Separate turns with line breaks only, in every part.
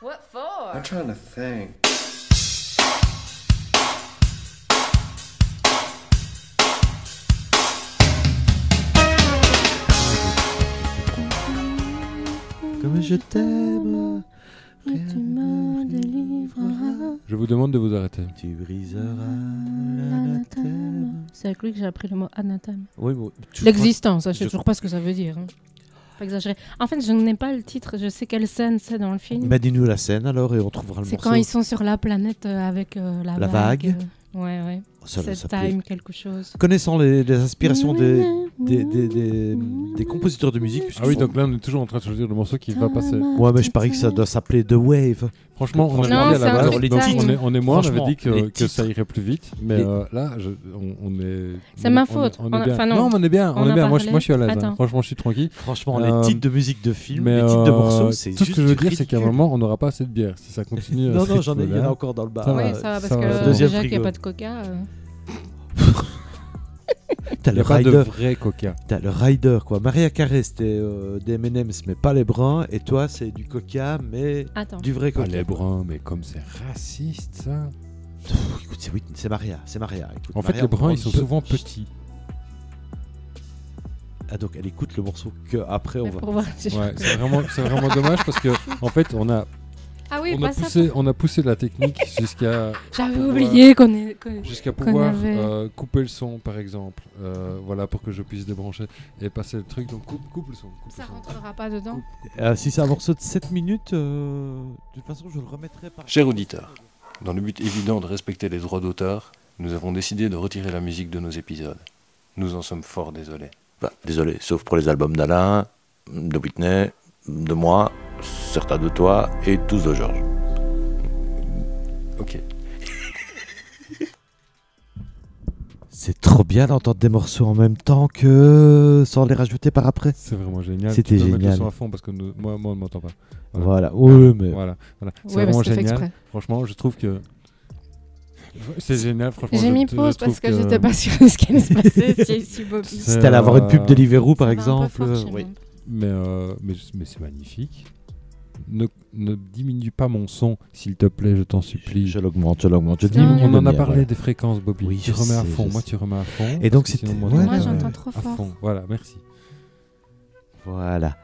What for?
I'm trying to think.
Comme je t'aime,
Tu me délivreras,
Je vous demande de vous arrêter.
tu briseras
l'anathème. C'est avec lui que j'ai appris le mot anathème.
Oui, bon, tu-
L'existence, hein, je sais
je-
toujours pas ce que ça veut dire. hein. Pas exagéré. En fait, je n'ai pas le titre, je sais quelle scène c'est dans le film.
Bah, dis-nous la scène alors et on trouvera le
C'est
morceau.
quand ils sont sur la planète euh, avec euh, la,
La
vague.
vague.
euh, Ouais, ouais.
Ça,
c'est
ça plaît.
time quelque chose.
Connaissant les, les inspirations des, des, des, des- des compositeurs de musique.
Ah oui,
puisqu'ils
donc là, on est toujours en train de choisir le morceau qui va passer.
font- Ouais, mais je parie que ça doit s'appeler The Wave.
Franchement, on
Non,
a demandé à
c'est
la
un
base,
truc
donc
dingue.
on est, on est moins, on avait
Franchement,
dit que,
les
que ça
titres.
irait plus vite, mais
Les-
euh, là, je- on, on est.
C'est
on-
ma
on est-
faute.
on est
On a-
bien.
enfin, non.
on est bien, on,
On
est
a
bien. Moi, je,
parlé.
moi, je suis à l'aise. hein.
Attends.
Franchement, je suis tranquille.
Franchement,
Euh,
les titres de musique de film,
mais
les titres de
euh,
morceaux, c'est
Tout ce
juste
que je veux dire, c'est qu'à un
ridicule.
moment, on n'aura pas assez de bière. Si ça continue. à
Non,
ce
non, j'en ai, il y en
rythme-là.
a encore dans le bar.
Ça
Oui,
va,
ça va parce
ça
que
va.
euh,
Deuxième
déjà qu'il n'y a
frigo.
pas de coca. euh,
T'as
Il n'y
le
a pas de
rider,
vrai coca.
t'as le rider quoi. Maria Carré, c'était euh, des M&M's mais pas les bruns, et toi c'est du coca mais
Attends.
du vrai
Pas
coca.
les bruns, mais comme c'est raciste, ça.
Pff, écoute, c'est oui, c'est Maria, c'est Maria. écoute,
En fait,
Maria,
les bruns,
on-
ils sont
Pe-
souvent petits.
Ah donc elle écoute le morceau que après on
mais
va.
pour voir si je-
Ouais, c'est vraiment, c'est vraiment dommage parce que, en fait, on a,
Ah oui,
on a
pas ça.
poussé, on a poussé la technique jusqu'à,
J'avais
pour,
oublié qu'on est. qu'on-
jusqu'à
Qu'on
pouvoir
avait.
euh, couper le son, par exemple. Euh, voilà, pour que je puisse débrancher et passer le truc. Donc coupe, coupe le son. Coupe
Ça
le son.
rentrera pas dedans.
Euh, si c'est un morceau de 7 minutes, euh, de toute façon je le remettrai par.
Cher auditeur, dans le but évident de respecter les droits d'auteur, nous avons décidé de retirer la musique de nos épisodes. Nous en sommes fort désolés.
Bah, désolé, sauf pour les albums d'Alain, de Whitney, de moi, certains de toi et tous de Georges.
Ok.
C'est trop bien d'entendre des morceaux en même temps que sans les rajouter par après.
C'est vraiment génial.
C'était
Tu dois Mettre le
génial.
son à fond parce que nous- moi, moi, on ne m'entend pas.
Voilà. Oui, mais
Voilà, voilà. C'est
Ouais, mais
vraiment
c'était fait
génial.
exprès.
Franchement, je trouve que c'est génial. Franchement,
J'ai
je-
mis
je
pause parce
trouve
que, j'étais pas sûre de ce qui allait se passer si, si Bobby.
C'est-
si t'allais avoir une pub
Euh,
Deliveroo par
Ça va un peu
exemple,
fort
euh,
chez moi.
oui.
Mais, euh, mais, mais c'est magnifique. Ne, ne diminue pas mon son, s'il te plaît, je t'en supplie.
Je l'augmente, je l'augmente, je
Non,
diminue
on
le
en a
mien,
parlé
voilà.
des fréquences, Bobby.
Oui,
tu
je
remets à
sais,
fond,
je
moi
sais.
tu remets à fond.
Et
parce
donc,
que
c'était-
sinon,
ouais,
Moi,
ouais,
j'entends
ouais.
trop
À
fort.
fond. Voilà, merci.
Voilà.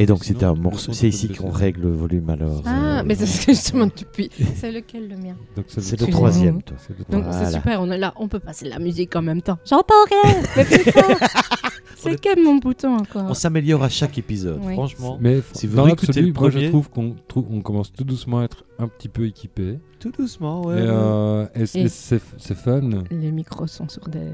Et donc
Sinon,
c'était un
le son
morceau.
de
C'est ici
Claude
qu'on
Bessel.
règle le volume alors.
Ah,
euh,
mais c'est ce que je demande depuis. C'est lequel le mien
Donc,
c'est le
Excusez-moi.
troisième. toi.
C'est le
Donc
troisième.
c'est
Voilà.
super, on est là, on peut passer de la musique en même temps. J'entends rien, mais plus fort.
On
C'est
est-
quel mon bouton encore
On s'améliore à chaque épisode.
Oui.
Franchement,
Mais f-
Si vous
dans
réécoutez
l'absolu,
le
moi je
premier-
trouve qu'on trouve- on commence tout doucement à être un petit peu équipé.
tout doucement.
et
Ouais.
euh, et c'est-
Et-
c'est c'est fun.
Les micros sont sur des.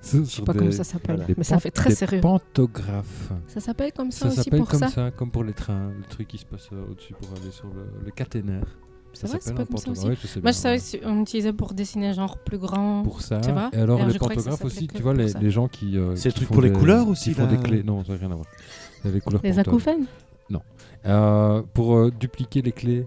Je
Je sais pas comment ça s'appelle,
voilà.
mais ça fait très sérieux.
Pantographe.
Ça s'appelle comme ça,
Ça
aussi
s'appelle
pour
comme
ça.
ça. comme pour les trains, le truc qui se passe euh, au-dessus pour aller sur le, le caténaire.
C'est vrai, c'est
s'appelle
pas
un
comme ça
pantographe.
aussi.
Ouais, je sais
Moi
bien,
je savais
ouais.
si on utilisait pour dessiner genre plus grand.
Pour ça.
Tu vois
et alors,
Alors,
les
je crois que ça
pantographes aussi,
s'appelait
tu vois,
que
les,
pour ça.
les gens qui. euh,
C'est le
qui
truc
font
pour les
des-
couleurs aussi,
Qui font
là.
des clés. Non, ça n'a rien à voir. Il y a Les couleurs
Les
pantographes.
acouphènes
Euh, Pour euh, dupliquer les clés,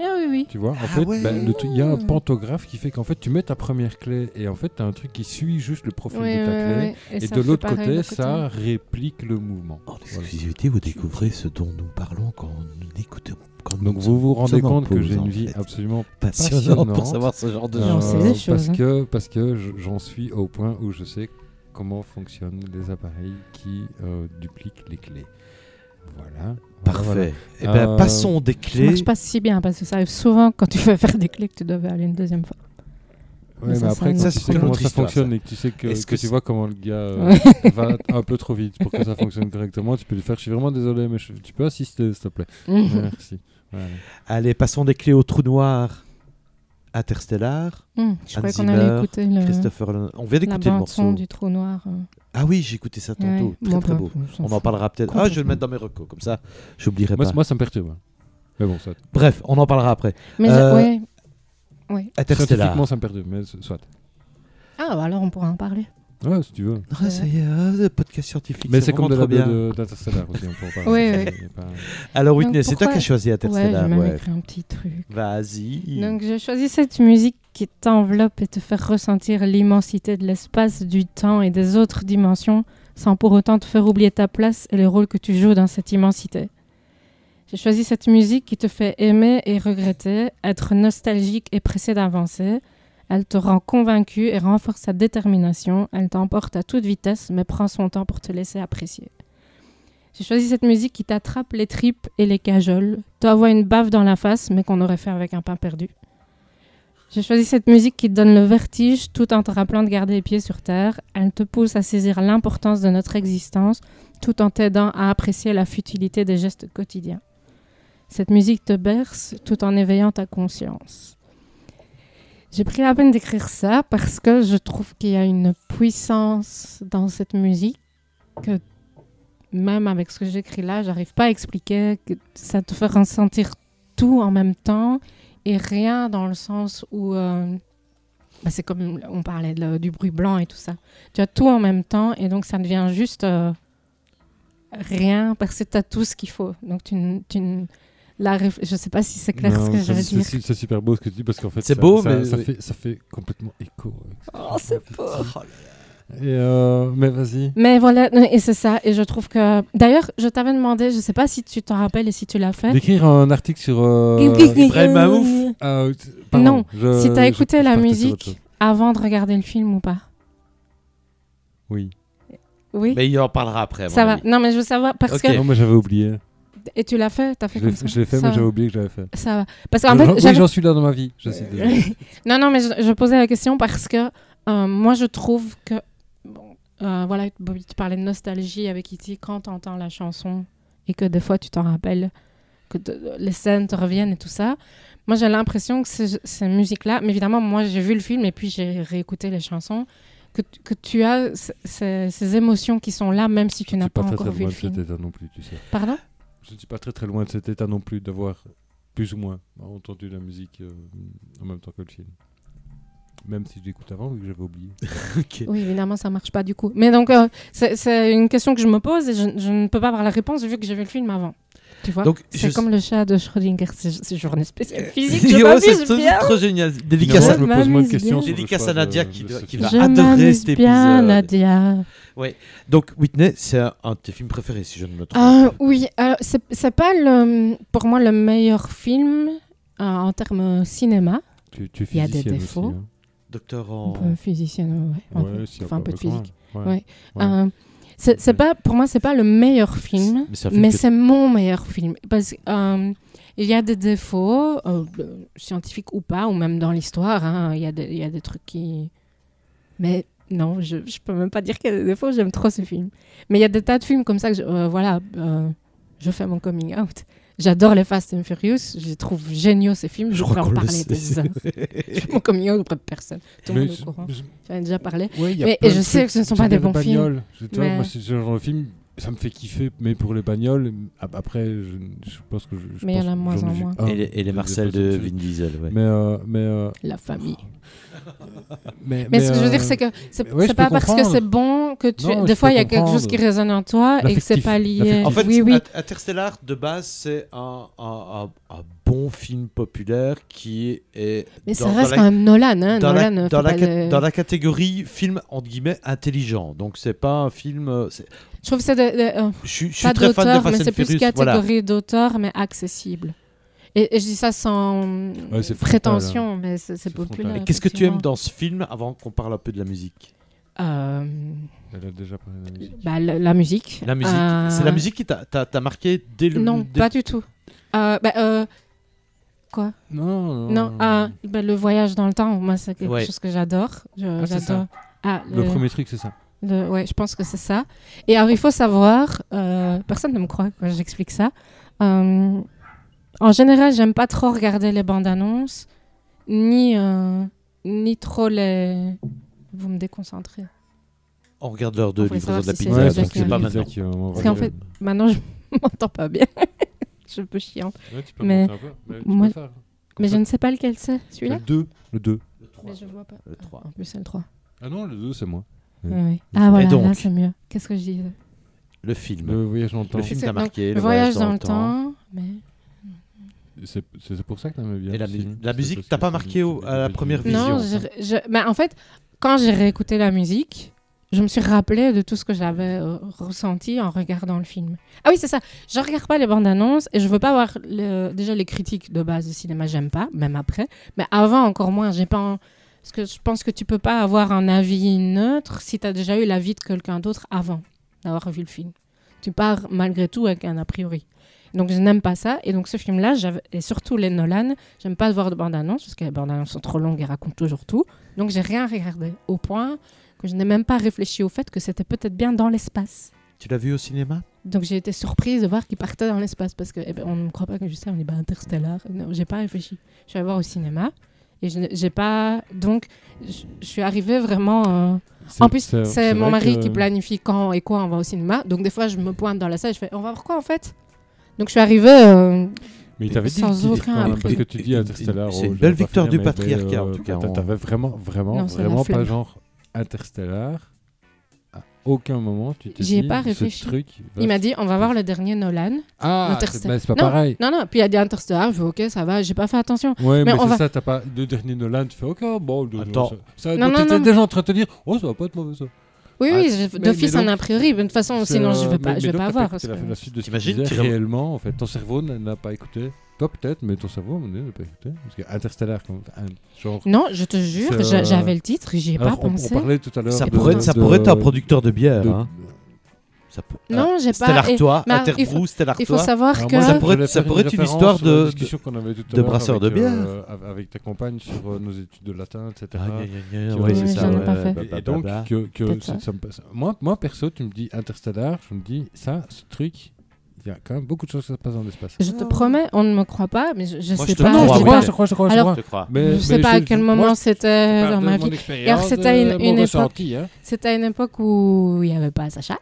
Ah oui, oui.
tu vois, en
Ah
fait,
ouais.
bah, le truc- il y a un pantographe qui fait qu'en fait, tu mets ta première clé et en fait, tu as un truc qui suit juste le profil
Ouais,
de ta
ouais,
clé.
ouais.
Et,
ça
de
fait
l'autre
pareil
côté,
de
ça réplique le mouvement.
En
Voilà.
exclusivité, vous découvrez ce dont nous parlons quand nous écoutons. Quand
Donc
nous
vous vous
sommes-
rendez
sommes en
compte que
pause,
j'ai une
en
vie
fait.
absolument
passionnante
passionnante. Euh,
pour savoir ce genre de
Et on
choses.
sait des choses,
parce
hein.
que parce que je- j'en suis au point où je sais comment fonctionnent les appareils qui euh, dupliquent les clés. Voilà. Voilà, voilà.
Parfait. Eh ben,
Euh,
passons des
Ça
clés.
marche pas si bien parce que ça arrive souvent quand tu veux faire des clés que tu devais aller une deuxième fois.
Ouais,
Mais
mais
ça,
après,
c'est
quand
un
tu
autre
sais
problème.
comment ça
Triste, ça.
fonctionne et que tu sais que,
Est-ce
que
que
tu
c'est-
vois comment le gars euh,
Ouais.
va un peu trop vite pour que ça fonctionne correctement, tu peux lui faire. Je suis vraiment désolé, mais je- tu peux assister, s'il te plaît.
Hum,
Merci. Voilà.
Allez, passons des clés au trou noir. Interstellar,
Hum, je
Hans
croyais qu'on allait
Zimmer,
écouter le,
Christopher Nolan. On vient
Euh, la
d'écouter le
bande-son
morceau.
du trou noir. euh.
Ah oui, j'ai écouté ça tantôt.
Ouais,
Très
bon,
très
bah,
beau.
s'en
On en
fout.
parlera peut-être. Ah, je vais le
Complètement.
mettre dans mes recos, comme ça, j'oublierai
Moi,
pas.
c- moi, ça me perturbe. Mais bon, ça.
Bref, on en parlera après.
Mais je-
Euh,
ouais.
Interstellar.
Scientifiquement, ça me perturbe, mais soit.
Ah, bah alors on pourra en parler.
Ouais, si tu veux.
Ah, ça y est, ah, le podcast scientifique.
Mais c'est comme de la
vraiment trop
bien.
bien.
d'Interstellar aussi, on peut en parler.
Ouais,
Ça,
ouais.
c'est pas-
Alors, Whitney,
Donc,
c'est toi qui as
pourquoi-
choisi
Ouais, j'ai
Interstellar.
même
ouais.
écrit un petit truc.
Vas-y.
Donc je choisis cette musique qui t'enveloppe et te fait ressentir l'immensité de l'espace, du temps et des autres dimensions, sans pour autant te faire oublier ta place et le rôle que tu joues dans cette immensité. J'ai choisi cette musique qui te fait aimer et regretter, être nostalgique et pressé d'avancer. Elle te rend convaincu et renforce sa détermination. Elle t'emporte à toute vitesse, mais prend son temps pour te laisser apprécier. J'ai choisi cette musique qui t'attrape les tripes et les cajoles, t'envoie une baffe dans la face, mais qu'on aurait fait avec un pain perdu. J'ai choisi cette musique qui te donne le vertige tout en te rappelant de garder les pieds sur terre. Elle te pousse à saisir l'importance de notre existence tout en t'aidant à apprécier la futilité des gestes quotidiens. Cette musique te berce tout en éveillant ta conscience. J'ai pris la peine d'écrire ça parce que je trouve qu'il y a une puissance dans cette musique que même avec ce que j'écris là, j'arrive pas à expliquer. Que ça te fait ressentir tout en même temps et rien dans le sens où euh, bah, c'est comme on parlait de la- du bruit blanc et tout ça. Tu as tout en même temps et donc ça devient juste euh, rien parce que tu as tout ce qu'il faut. Donc tu, n- tu n- la réf- je sais pas si c'est clair
Non,
ce que je
ça-
veux
c'est-
dire.
C'est c'est super beau ce que tu dis parce qu'en fait,
C'est
ça-
beau,
ça,
mais
ça
oui.
fait, ça fait complètement écho. avec ce que
Oh,
j'ai
c'est
envie de dire. Et euh, mais vas-y.
Mais voilà, non, et c'est ça. Et je trouve que. D'ailleurs, je t'avais demandé, je sais pas si tu t'en rappelles et si tu l'as fait.
D'écrire un article sur. euh,
Ibrahim Maouf.
euh, t- pardon,
Non,
je-
si t'as
euh, je-
écouté
je
la
partais sur autre chose.
musique avant de regarder le film ou pas
Oui.
Oui.
Mais il en parlera après. à mon
ça va.
avis.
Non, mais je veux savoir parce
Ok.
Non, mais j'avais oublié.
que. Et tu l'as fait T'as fait
Je
Euh, comme
l'ai
ça
je l'ai fait,
Ça
mais
va.
j'avais oublié que j'avais fait.
Ça va. Parce qu'en
J'en-
fait,
oui,
j'avais.
j'en suis là dans ma vie. Je suis désolé.
non, non, mais je, je posais la question parce que euh, moi, je trouve que. Bon, euh, voilà, Bobby, tu parlais de nostalgie avec Iti quand tu entends la chanson et que des fois tu t'en rappelles, que te- les scènes te reviennent et tout ça. Moi, j'ai l'impression que ces, ces musiques-là, mais évidemment, moi, j'ai vu le film et puis j'ai réécouté les chansons, que, t- que tu as c- ces, ces émotions qui sont là, même si tu
Je
n'as
suis
pas,
pas très
encore
très
vu
loin
le
de cet
film.
état non plus, tu sais.
Pardon
Je ne suis pas très très loin de cet état non plus d'avoir plus ou moins entendu la musique euh, en même temps que le film. Même si je l'écoute avant, vu que j'avais oublié.
Oui, évidemment, ça marche pas du coup. Mais donc, euh, c'est- c'est une question que je me pose et je, je ne peux pas avoir la réponse vu que j'ai vu le film avant. Tu vois
Donc,
C'est
je-
comme le chat de Schrödinger, c'est c'est journée spéciale physique.
Ouais,
Je
c'est
m'amuse
trop,
bien.
trop génial.
Finalement,
Dédicace
Ouais,
à
je me
ma
pose moins de
musique.
questions. sur le
Dédicace
choix
à
de-
Nadia
de
qui
ce
doit- qui
film.
va-
Je
adorer
m'amuse
cet
bien,
épisode.
Nadia.
Donc Whitney, c'est un, un de tes films préférés si je ne me trompe.
Ah, oui, alors, c'est c'est pas le, pour moi le meilleur film euh, en termes cinéma.
Tu, tu es
Il y a des
physicienne aussi,
défauts.
hein.
Docteur
Un
en
peu physicienne, ouais.
Ouais, si,
enfin, un peu de
quand même.
physique.
Ouais.
Ouais.
Ouais.
Euh, c'est c'est pas, pour moi, c'est pas le meilleur film.
Mais c'est un film
Mais
que-
c'est mon meilleur film. Parce qu'il y a des défauts, euh, euh, scientifiques ou pas, ou même dans l'histoire. hein, Il y, a des- il y a des trucs qui. Mais non, je, je peux même pas dire qu'il y a des défauts, j'aime trop ce film. Mais il y a des tas de films comme ça que je, euh, voilà, euh, je fais mon coming out. J'adore les Fast and Furious, je les trouve géniaux ces films, je,
Je
pourrais
crois
en
qu'on le
parler
sait.
des heures. Je fais mon coming out auprès de personne. Tout le
Mais
monde est
je-
au courant.
je-
J'en ai déjà parlé.
ouais, il y a
Mais-
plein
et je
de
sais
trucs.
que ce ne sont
J'aime
pas des
bien les
bons films.
bagnoles. Je- tu vois,
Mais-
Moi, c'est ce genre de film, ça me fait kiffer, mais pour les bagnoles, ab- après, je, je pense que je. je
Mais il y en
pense
a
que
moins
j'en ai
en
vu
moins.
un
et les, et les
des
Marcel
Fast
de
and
Vin
Furious.
Diesel. ouais.
Mais, euh, mais, euh,
La famille.
mais,
Mais, ce que je veux dire,
euh,
c'est que c'est
mais ouais,
c'est
je
pas
peux
parce que
comprendre.
c'est bon que tu.
Non,
des
je
fois,
peux
il y a quelque chose
comprendre.
qui résonne en toi et que c'est
L'affectif.
pas lié.
L'affectif.
En fait, euh,
oui, oui.
At- Interstellar de base c'est un, un- un- un bon film populaire qui est
Mais
dans,
ça
dans
reste
la-
quand même Nolan. Hein.
dans la,
Nolan fait
dans la
pas
cat-
de-
dans la catégorie film entre guillemets intelligent. Donc c'est pas un film. euh, c'est-
Je trouve que c'est de- de- euh,
Je, suis- je suis
pas
très fan de
d'auteur, mais
Fast
c'est
and
plus
Furious.
catégorie
Voilà.
d'auteur, mais accessible. Et, et je dis ça sans
c'est hein.
prétention, mais c'est c'est
C'est
populaire.
frontal.
Qu'est-ce que tu aimes
effectivement.
dans ce film avant qu'on parle un peu de la musique
Euh,
Elle a déjà parlé de la musique.
bah, la, la musique.
La musique,
Euh,
c'est la musique qui t'a- t'a t'a marqué dès le
Non,
dès-
pas du tout. Euh, bah, euh, quoi
Non,
Non, ah, bah, le voyage dans le temps, moi, c'est quelque
Ouais.
chose que j'adore. Je-
Ah, c'est
J'adore. Ah,
Le premier truc, c'est ça.
le- ouais, je pense que c'est ça. Et alors, il faut savoir, euh, personne ne me croit quand j'explique ça. Euh, en général, j'aime pas trop regarder les bandes annonces, ni, euh, ni trop les. Vous me déconcentrez.
On regarde l'heure de
On pourrait
livraison de la
savoir si
pizza.
c'est
donc
Zac
c'est
et
pas
Harry.
maintenant.
euh,
Parce qu'en fait, maintenant, je m'entends pas bien. je suis un peu chiante.
tu peux
mais
montrer un peu. Mais tu
moi-
peux faire. Comme
Mais
ça.
je ne sais pas lequel c'est,
Le
celui-là
2. Le 2.
Mais je vois pas.
Le trois.
En plus, c'est le 3.
Ah non, le 2, c'est moi.
Oui,
Oui.
oui. Ah, voilà,
donc-
là, c'est mieux. Qu'est-ce que je dis euh?
Le film.
Le voyage dans le temps.
Le film
C'est-
t'a
donc,
marqué.
Le voyage dans le temps. Mais...
C'est c'est pour ça que t'aimais bien.
Et la
ce
mu-
film.
la
C'est
musique,
parce
t'as
que
pas
c'est
marqué
une
au- à la
comédie
première
musicale.
Non,
vision.
j'ai- je- mais en fait, quand j'ai réécouté la musique, je me suis rappelé de tout ce que j'avais euh, ressenti en regardant le film. Ah oui, c'est ça. Je regarde pas les bandes annonces et je veux pas voir le- déjà les critiques de base de cinéma. J'aime pas, même après. Mais avant encore moins. J'ai pas. en- Parce que je pense que tu peux pas avoir un avis neutre si tu as déjà eu l'avis de quelqu'un d'autre avant d'avoir vu le film. Tu pars malgré tout avec un a priori. Donc je n'aime pas ça. Et donc ce film-là, j'avais- et surtout les Nolan, j'aime pas voir de bandes annonces parce que les bandes annonces sont trop longues et racontent toujours tout. Donc j'ai rien regardé au point que je n'ai même pas réfléchi au fait que c'était peut-être bien dans l'espace.
Tu l'as vu au cinéma
Donc j'ai été surprise de voir qu'il partait dans l'espace parce que eh ben, on ne me croit pas que je sais, on est pas interstellar. Non, j'ai pas réfléchi. Je suis allée voir au cinéma et je n'ai- j'ai pas donc je je suis arrivée vraiment. euh, En plus, c'est mon mari qui planifie quand et quoi on va au cinéma. Donc des fois je me pointe dans la salle, je fais on va voir quoi en fait. Donc je suis arrivée. euh,
Mais il t'avait dit
Sans
qu'il-
aucun
quand même,
après.
parce que tu dis Interstellar.
C'est une
oh, je
belle
l'ai pas
victoire
fini,
du
mais, euh,
patriarcat, en tout cas. hein.
t'as- T'avais vraiment, vraiment,
Non, c'est la
vraiment pas
flemme.
genre Interstellar. À aucun moment, tu t'es dit.
J'y ai pas
ce
réfléchi.
truc va
il m'a
se-
dit on va voir le dernier Nolan.
Ah, c'est
Interstellar.
bah, c'est pas pareil.
Non non. Puis il a dit Interstellar, je fais ok ça va, j'ai pas fait attention.
Ouais, mais,
on
c'est
va-
ça, t'as pas. Le dernier Nolan, tu fais OK, bon, le-
Attends.
Ça,
Non,
donc,
non,
t'étais
non.
déjà en train de te dire, oh, ça va pas être mauvais ça.
Oui,
Ah,
oui,
mais-
je-
mais
d'office
donc-
un a priori. De toute façon, sinon je ne vais
vais
pas, je vais pas voir. parce
La,
que-
la suite de ce
T'imagines,
qu'il disait
tu-
réellement, en fait, ton cerveau n'a- n'a pas écouté. Toi peut-être, mais ton cerveau à un moment donné, n'a pas écouté. Parce que Interstellar, comme un genre.
Non, je te jure,
C'est,
j'a-
euh,
j'avais le titre, j'y ai
Alors,
pas
on, on
pensé.
parlait tout à l'heure.
Ça
de-
pourrait, être, ça
de-
pourrait être un producteur de bière.
de-
hein. Ça pour-
Non, j'ai
Stella
pas. et-
Artois,
mais
Inter
il faut-
Brew, Stella
Il faut
Artois.
savoir
Alors
que.
moi,
ça
je
pourrait
voulais
être- ça
faire
pourrait être une
référence
histoire
sur la
de-
discussion qu'on avait tout à
de
l'heure
brasseur
avec,
de bière.
euh, av- avec ta compagne sur euh, nos études de latin, etc.
Ah, gna, gna, gna,
Qui-
ouais,
Oui,
c'est
j'en
ça.
ai
ouais, bah,
pas fait.
Et,
blablabla.
et donc, que, que
Peut-être
ça-
ça.
ça me passe- Moi, moi, perso, tu me dis Interstellar, je me dis ça, ce truc, il y a quand même beaucoup de choses qui se passent dans l'espace.
Je te promets, on ne me croit pas, mais je, je
Moi,
sais
je te
pas.
crois,
je
ouais.
dis
crois,
pas-
je
crois, je crois,
je alors, crois.
Mais,
je sais pas à quel moment c'était dans ma vie. Alors, c'était
euh,
une- une époque-
hein.
C'était à une époque où il n'y avait pas Sacha,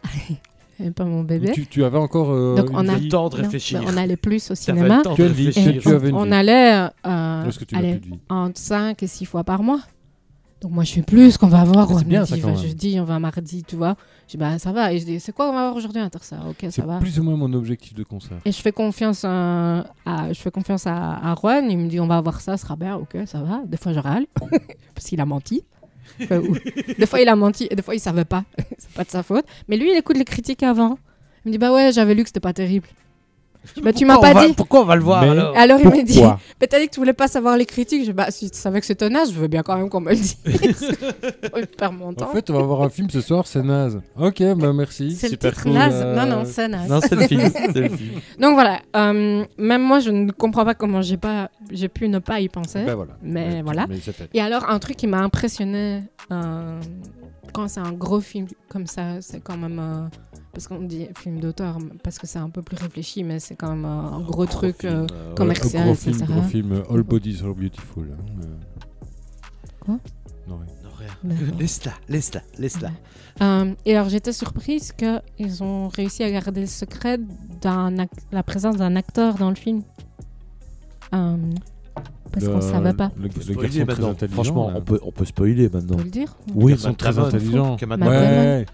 et pas mon bébé.
Tu, tu avais encore. euh,
Donc,
une
on a-
vie-
Le temps de
Non,
réfléchir.
ben, on allait plus au
T'avais
cinéma.
le temps de
Tu as une vie,
Et
tu- tu
réfléchir.
as- avais une
on, on
vie.
allait euh,
Est-ce que tu n'as
allez,
plus de vie
entre 5 et 6 fois par mois. Donc moi je fais plus qu'on va voir.
Mais
On
Ah, c'est bien,
me
ça,
dit,
quand
va
même.
jeudi, on va mardi, tu vois. Je dis bah ça va. Et je dis c'est quoi on va voir aujourd'hui Inter ça Ok
C'est
ça va.
plus ou moins mon objectif de concert.
Et je fais confiance euh, à, je fais confiance à, à Juan. Il me dit on va voir ça, ce sera bien. Ok ça va. Des fois je râle parce qu'il a menti. Enfin, ou- des fois il a menti et des fois il savait pas. c'est pas de sa faute. Mais lui il écoute les critiques avant. Il me dit bah ouais j'avais lu que c'était pas terrible. Je dis, Bah, tu m'as
Pourquoi
pas
on va-
dit.
Pourquoi on va le voir
Mais-
alors
Alors il me dit
Pourquoi
mais t'as dit que tu voulais pas savoir les critiques. Je, bah, si tu savais que c'est ton âge, je veux bien quand même qu'on me le dise. je perds mon temps.
En fait, on va voir un film ce soir, c'est naze. Ok, bah merci.
c'est le
super
titre
cool,
naze.
euh,
Non, non, c'est naze.
Non, c'est le film. c'est le film.
Donc voilà, euh, même moi, je ne comprends pas comment j'ai pas, j'ai pu ne pas y penser.
Bah voilà.
Mais
tu-
voilà.
Mais c'est fait.
Et alors, un truc qui m'a impressionné euh, quand c'est un gros film comme ça, c'est quand même. euh, parce qu'on dit film d'auteur, parce que c'est un peu plus réfléchi, mais c'est quand même euh, un gros, truc.
film,
euh,
euh,
comme- commercial,
gros film,
etc.
gros film, euh, All Bodies Are Beautiful. hein, euh.
Quoi
Non, rien.
non, rien.
mais-
Laisse-la, laisse-la, laisse-la.
Euh, et alors j'étais surprise qu'ils ont réussi à garder le secret de la présence d'un acteur dans le film. Euh, parce qu'on
Le-
ne savait pas.
Le,
On
le
peut
garçon
spoiler
très
maintenant.
intelligent,
Franchement,
là.
on peut, on peut spoiler
On
maintenant.
peut le dire
Oui, ils
Matt
sont très
Damon,
intelligents.
que Matt
Matt
Damon-
Damon.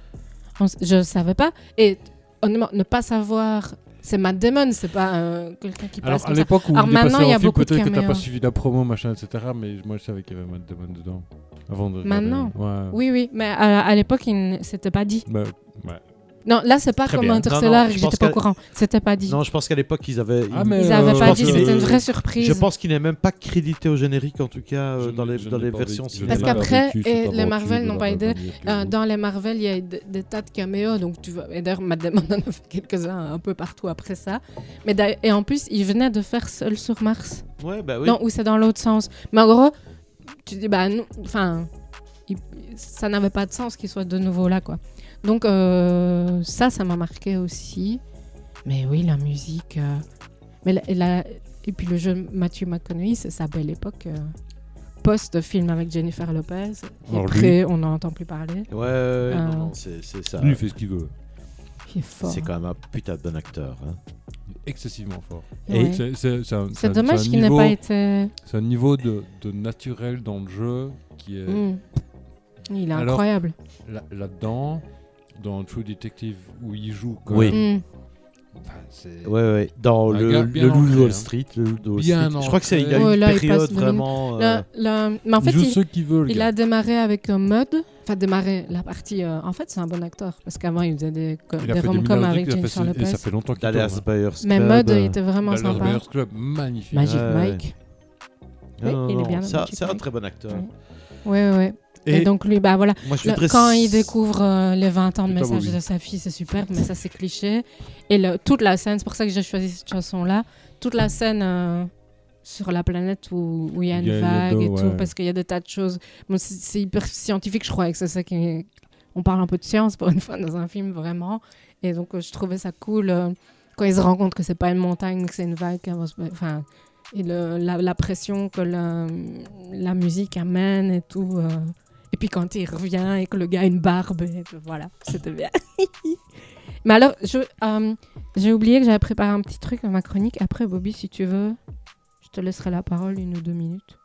On s- Je ne savais pas. Et honnêtement, ne pas savoir, c'est Matt Damon, c'est pas euh, quelqu'un qui passe
Alors, à
comme ça.
l'époque où
Alors,
il est
maintenant,
passé
il y
en
a
film,
beaucoup de
peut-être que t'as pas
caméos.
suivi la promo, machin, etc. Mais moi, je savais qu'il y avait Matt Damon dedans. Avant de regarder.
Maintenant
Ouais.
Oui, oui, mais à, à l'époque, il ne s'était pas dit.
Bah,
Euh,
ouais.
Non, là, c'est pas
Très
comme
bien. Non,
Interstellar,
non,
et que
je pense
j'étais pas
que-
au courant. C'était pas dit.
Non, je pense qu'à l'époque, ils avaient.
Ah,
ils-
mais,
Ils
euh,
n'avaient
je
pas
pense
dit,
que-
c'était une vraie
Je
surprise.
pense qu'il n'est même pas crédité au générique, en tout cas, euh,
Je
dans
n'ai-
les,
je
dans
n'ai
les
pas
versions
vécu- je n'ai
Parce
cinéma.
pas
qu'après,
vécu
et
cette
les
aventure
Marvel
de
n'ont pas
Matt
aidé.
Damon que
Euh,
vous.
dans les Marvel, il y a des, des tas de caméos, donc tu vois. Et d'ailleurs, Matt Damon en a fait quelques-uns un peu partout après ça. Mais d'ailleurs- et en plus, il venait de faire Seul sur Mars.
Ouais, bah oui.
Non, ou c'est dans l'autre sens. Mais en gros, tu dis, bah, nous- enfin, il- ça n'avait pas de sens qu'il soit de nouveau là, quoi. Donc, euh, ça, ça m'a marqué aussi. Mais oui, la musique. euh, Mais la- et, la- et puis le jeu Matthew McConaughey, c'est sa belle époque. euh, Post-film avec Jennifer Lopez. Et
Alors,
après, on n'en entend plus parler.
Ouais, ouais, ouais, non,
Euh.
non, c'est c'est ça.
Lui, il fait ce qu'il veut.
Il est fort.
C'est quand même un putain de bon acteur. hein.
Excessivement fort.
Ouais.
Et c'est- C'est c'est un- c'est
C'est
un-
dommage
c'est un
qu'il n'ait
niveau- Euh,
pas été.
C'est un niveau de, de naturel dans le jeu qui est
Mm. Il est
Alors-
incroyable.
là- là-dedans. dans True Detective, où il joue quand
Oui.
même.
Mm.
Enfin, c'est-
Ouais, ouais. Dans
Un
le,
gars
le
bien
Loup de
ancré, hein.
Wall Street. Le Loup de Wall
Bien
Street. Je crois que c'est il y a
ancré. Ouais,
une
là, il
période
passe de mine.
vraiment. euh,
La- la- Mais en
il
fait,
joue
il,
ce qu'il veut, le
il
gars.
a démarré avec un mode Enfin, démarrer la partie. euh, en fait, c'est un bon acteur. Parce qu'avant, il faisait des, co-
Il
des
a fait des
rom-coms
Mélodies,
avec
il a
James
fait ce-
Charles
et ça fait longtemps qu'il
D'aller à
tourne, hein.
Spire's
Mais
Club,
Mud, il
euh,
était vraiment
Dallas
sympa. Bah,
Buyers Club, magnifique.
Magic
Ouais,
Mike.
non,
Oui,
non,
il est
non,
bien,
c'est un-
Magic
C'est un
Mike.
très bon acteur.
Ouais. Ouais, ouais, ouais. Et, donc, lui, bah voilà.
moi, je suis
Le-
très-
quand il découvre euh, les 20 ans de
Putain,
message
Bobby.
de sa fille, c'est superbe, mais ça, c'est cliché. Et le- toute la scène, c'est pour ça que j'ai choisi cette chanson-là. Toute la scène euh, sur la planète où où il y a une
Il y a- il y a
vague
d'eau,
et tout,
ouais.
parce qu'il y a des tas de choses. Bon, c'est c'est hyper scientifique, je crois, et que c'est ça qui. On parle un peu de science pour une fois dans un film, vraiment. Et donc, euh, je trouvais ça cool euh, quand ils se rendent compte que c'est pas une montagne, que c'est une vague. qu'elle va se- Enfin, et le- la, la pression que la, la musique amène et tout. euh. Et puis quand il revient et que le gars a une barbe, et que voilà, c'était bien. Mais alors, je, euh, j'ai oublié que j'avais préparé un petit truc à ma chronique. Après, Bobby, si tu veux, je te laisserai la parole une ou deux minutes.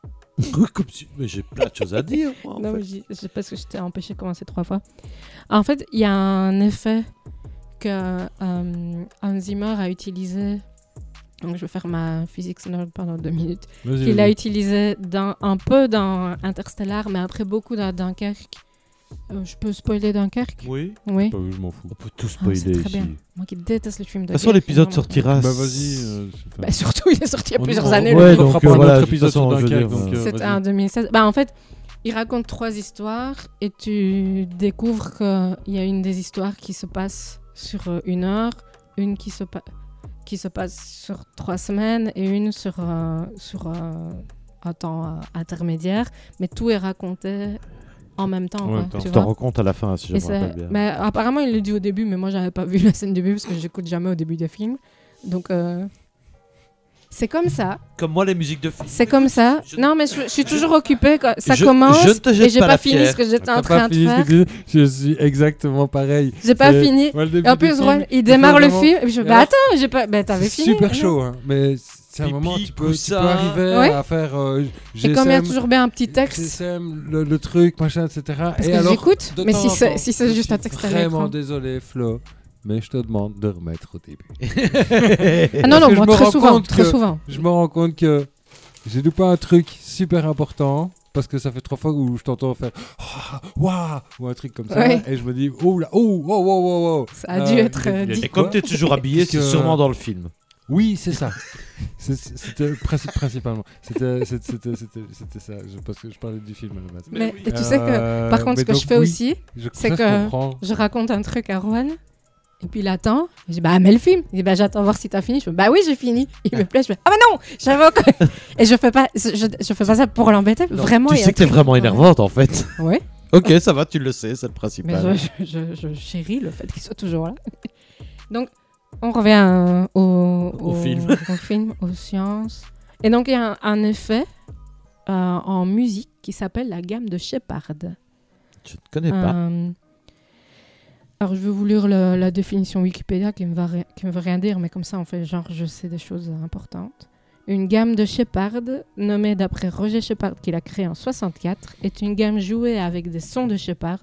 Comme si- mais j'ai plein de choses à dire. moi, en
Non,
fait.
mais j'y- c'est parce que je t'ai empêché de commencer trois fois. En fait, il y a un effet que euh, Hans Zimmer a utilisé. Donc, je vais faire ma physique sonore pendant deux minutes.
Vas-y,
qu'il a
vas-y.
utilisé dans, un peu dans Interstellar, mais après beaucoup dans Dunkerque. Euh, je peux spoiler Dunkerque
Oui.
Oui.
Pas où je m'en fous.
On peut tout
Ah, c'est
spoiler
très
ici.
bien.
De toute
Moi qui déteste le film de
façon,
guerre,
l'épisode
vraiment.
sortira.
Bah vas-y. euh, c'est- enfin,
Bah, surtout, il est sorti il y a
on-
plusieurs
on-
années.
on
le
Ouais,
film.
fera
donc,
pas
euh,
un
voilà,
autre
de toute
épisode
façon,
sur
je veux
Dunkerque,
dire,
donc, euh,
C'était
vas-y.
en 2016. Bah, en fait, il raconte trois histoires et tu découvres qu'il y a une des histoires qui se passe sur euh, une heure, une qui se, pa- qui se passe sur trois semaines et une sur, euh, sur euh, un temps euh, intermédiaire. Mais tout est raconté en même temps.
En
quoi,
même temps.
tu
Tu
vois.
t'en rends compte à la fin, si je
Et
me
c'est-
rappelle bien.
Mais apparemment, il le dit au début, mais moi, j'avais pas vu la scène du début parce que j'écoute jamais au début des films. Donc, euh, c'est comme ça.
Comme moi, les musiques de film.
C'est comme ça.
Je-
Non, mais je, je suis toujours occupée. quand Ça
Je-
commence.
je ne te jette
et j'ai
pas
pas,
la
fini
pierre.
ce que j'étais
T'as
en
pas
train de
fini ce
faire.
que tu dis Je suis exactement pareil.
J'ai pas
C'est-
fini.
Moi, le
Et
début
en
du
plus,
film,
ouais, il
c'est
démarre le
vraiment-
film. et puis je-
Et
bah
alors,
attends, j'ai pas. Bah t'avais
c'est
fini.
super
alors.
chaud, hein. mais c'est un
Pipi,
moment où tu peux, tu
coussin.
peux arriver
Ouais.
à faire euh,
Et comme il y a
GSM,
toujours bien un petit texte,
GSM, le, le truc, machin, etc.
parce
et
que
alors,
j'écoute.
de
Mais
temps
si
en temps,
c'est si c'est
je
juste un
suis
texte à l'écran.
Vraiment désolé, Flo, mais je te demande de remettre au début.
Ah non non,
que je
moi
me
très
rends
souvent,
compte
très
que-
souvent.
Je me rends compte que j'ai loupé un truc super important parce que ça fait trois fois où je t'entends faire Ah, waouh ou un truc comme ça
Ouais.
et je me dis oh là oh oh oh oh oh.
Ça a dû être,
il y
euh,
a- il y a
dit.
des
Et comme
quoi
tu es toujours habillé,
Parce que-
c'est sûrement dans le film.
Oui, c'est ça. C'est- C'était princi- principalement. C'était c'était- c'était- c'était- c'était ça. Je, parce que je parlais du film à la base.
Mais mais tu sais que.
Euh,
Par contre,
mais
ce que
donc,
je fais
oui,
aussi,
je-
c'est
ça, je
que-
comprends.
je raconte un truc à Juan, et puis il attend. Je dis, bah, mets le film. Il dit, bah, j'attends voir si t'as fini. Je fais, bah oui, j'ai fini. Il me plaît. Je fais, ah, bah non, j'avais encore. et je fais pas, je, je fais pas ça pour l'embêter. Vraiment,
Tu
il y a
sais que t'es
un truc-
vraiment énervante en fait.
Ouais,
Ok, ça va, tu le sais, c'est le
mais
principal.
je, je, je- je chéris le fait qu'il soit toujours là. donc, on revient euh, au,
Au film.
au film, aux sciences. Et donc, il y a un, un effet euh, en musique qui s'appelle la gamme de Shepard.
Je ne connais pas.
Euh, Alors, je vais vous lire le- la définition Wikipédia qui me, va ri- qui me veut rien dire, mais comme ça, en fait, genre, je sais des choses euh, importantes. Une gamme de Shepard, nommée d'après Roger Shepard, qu'il a créée en 64, est une gamme jouée avec des sons de Shepard.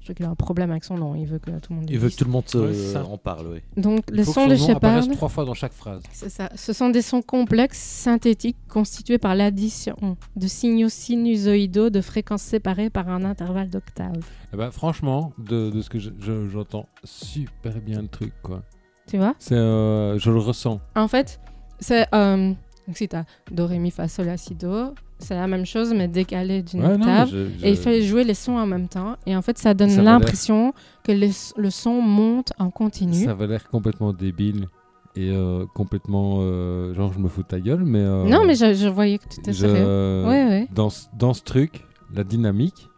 Je crois qu'il a un problème avec son nom, il veut que tout le monde le
Il veut que
dise.
tout le monde se-
Ouais, c'est ça.
en parle, oui.
Donc,
Il
les
faut que
sons
son
de
nom
Shepard.
apparaisse trois fois dans chaque phrase.
C'est ça. Ce sont des sons complexes, synthétiques, constitués par l'addition de signaux sinusoïdaux de fréquences séparées par un intervalle d'octave.
Eh ben, franchement, de, de ce que je- je- j'entends, super bien le truc. Quoi.
Tu vois
C'est, euh, je le ressens.
En fait, c'est. euh, donc si t'as Do, Ré, Mi, Fa, Sol, La, Si, Do, c'est la même chose mais décalé d'une
Ouais, non, mais
octave.
je- je-
Et il fallait jouer les sons en même temps. Et en fait, ça donne
Ça va
l'impression que les- le son monte en continu.
Ça va l'air complètement débile et euh, complètement. euh, genre, je me fous de ta gueule, mais. euh,
Non, mais je, je voyais que tu étais
je- euh,
sérieux. Ouais, ouais.
Dans, ce- dans ce truc, la dynamique.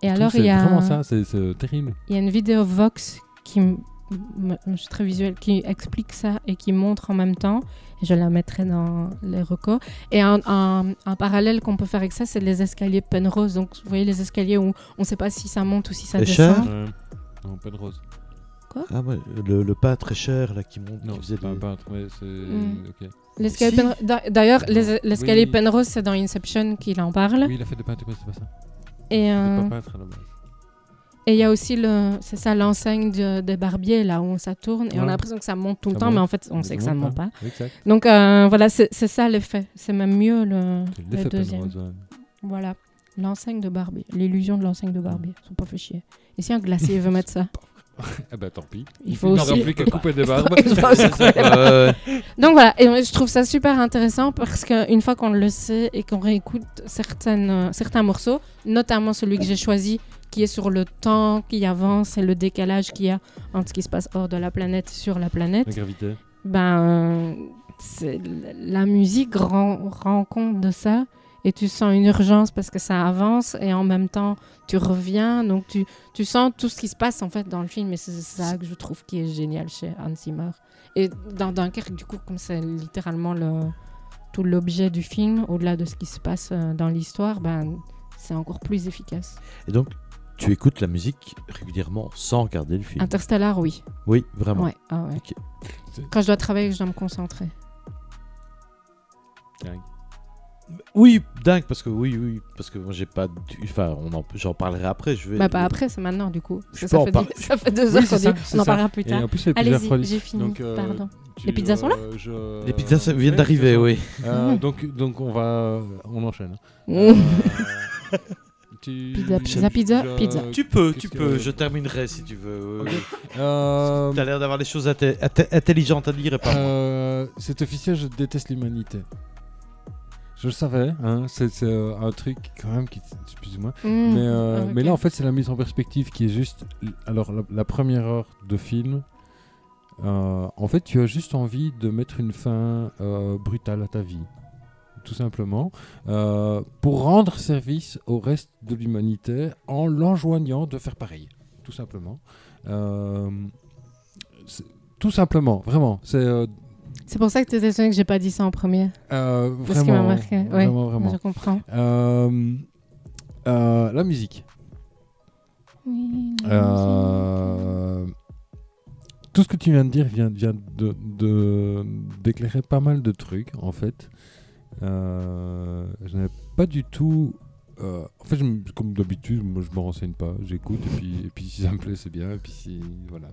Et
tout,
alors,
c'est
il y, a
vraiment
un-
ça, c'est c'est terrible.
il y a une vidéo Vox qui. m- m- Je suis très visuelle, qui explique ça et qui montre en même temps. Et Je la mettrai dans les recos. Et un, un- un parallèle qu'on peut faire avec ça, c'est les escaliers Penrose. Donc, vous voyez les escaliers où on ne sait pas si ça monte ou si ça
Et
descend.
cher
Non, pas de rose.
Ah ouais, le, le pas très cher là qui monte,
Non,
qui faisait
c'est pas un
des-
peintre, mais c'est.
Mm.
ok.
L'escalier
Si.
Penrose- d'a- D'ailleurs, les-
Ah, Oui.
l'escalier Penrose, c'est dans Inception qu'il en parle.
Oui, il a fait des peintures, mais c'est pas ça.
Et
Il
euh,
est pas peintre à la base.
et il y a aussi le, c'est ça l'enseigne de- des barbiers là où ça tourne et on a
Ouais.
l'impression que ça monte tout le
Ça
temps,
monte.
mais en fait on
Mais
sait que ça ne monte pas.
hein. Exact.
Donc euh, voilà, c'est c'est ça l'effet. C'est même mieux le,
C'est
le
l'effet
deuxième.
Penrose. ouais.
Voilà. L'enseigne de Barbie. L'illusion de l'enseigne de Barbie. Ils sont pas fait chier. Et si un glacier veut mettre ça
Ah bah tant pis.
Il
Il
faut
n'aura
aussi.
plus qu'à couper des barbes.
Il faut aussi couper les barbes.
Euh,
Donc voilà, et euh, je trouve ça super intéressant parce qu'une fois qu'on le sait et qu'on réécoute certaines, euh, certains morceaux, notamment celui que j'ai choisi qui est sur le temps qui avance et le décalage qu'il y a entre ce qui se passe hors de la planète et sur la planète,
La gravité.
ben, euh, c'est- la musique rend, rend compte de ça et tu sens une urgence parce que ça avance et en même temps tu reviens, donc tu, tu sens tout ce qui se passe en fait dans le film et c'est ça que je trouve qui est génial chez Hans Zimmer. Et dans Dunkerque, du coup, comme c'est littéralement le, tout l'objet du film, au-delà de ce qui se passe euh, dans l'histoire, ben, c'est encore plus efficace.
Et donc, tu écoutes la musique régulièrement sans regarder le film.
Interstellar, oui.
Oui, vraiment.
Ouais, ah ouais.
Ok.
Quand je dois travailler, je dois me concentrer.
Oui, dingue, parce que oui, oui, parce que moi j'ai pas. du- Enfin, on en- j'en parlerai après. Je vais.
Bah, pas après, c'est maintenant du coup. Parce
Je
que
peux
Ça
en
fait,
parler.
deux, ça fait deux
Oui,
heures
c'est
qu'on
ça,
dit,
c'est
on en
ça.
parlera plus
Et
tard.
en plus, c'est plusieurs
Allez-y,
refroidis.
j'ai fini.
Donc, euh,
Pardon.
tu,
Les pizzas sont là
euh, je-
Les pizzas ça viennent
Oui,
d'arriver,
elles sont-
oui.
Euh,
Mmh.
donc, donc on va, on enchaîne. Mm.
Mmh.
Euh, tu-
Pizza, pizza, pizza,
je-
pizza.
Tu peux,
Qu'est-ce
tu
que-
peux. Je terminerai si tu veux.
Ok.
Tu
Euh,
T'as l'air d'avoir des choses atte- atte- intelligentes à dire et pas moi.
euh, cet officier, je déteste l'humanité. Je le savais, hein, c'est c'est, euh, un truc quand même qui, plus ou moins.
Mmh.
Mais, euh,
Ah, ok.
mais là, en fait, c'est la mise en perspective qui est juste. Alors, la, la première heure de film, euh, en fait, tu as juste envie de mettre une fin euh, brutale à ta vie. Tout simplement. euh, pour rendre service au reste de l'humanité en l'enjoignant de faire pareil. Tout simplement. Euh, c'est- tout simplement, vraiment. C'est euh,
C'est pour ça que tu étais étonnée que j'ai pas dit ça en premier.
euh,
Parce qu'il m'a
vraiment.
marqué. Ouais,
Vraiment, vraiment.
Je comprends.
Euh, euh, la musique.
Oui,
Euh, tout ce que tu viens de dire vient, vient de, de- d'éclairer pas mal de trucs, en fait. Euh, je n'avais pas du tout. euh, en fait, je m- comme d'habitude, moi je me renseigne pas, j'écoute et puis, et puis si ça me plaît, c'est bien. Et puis si voilà.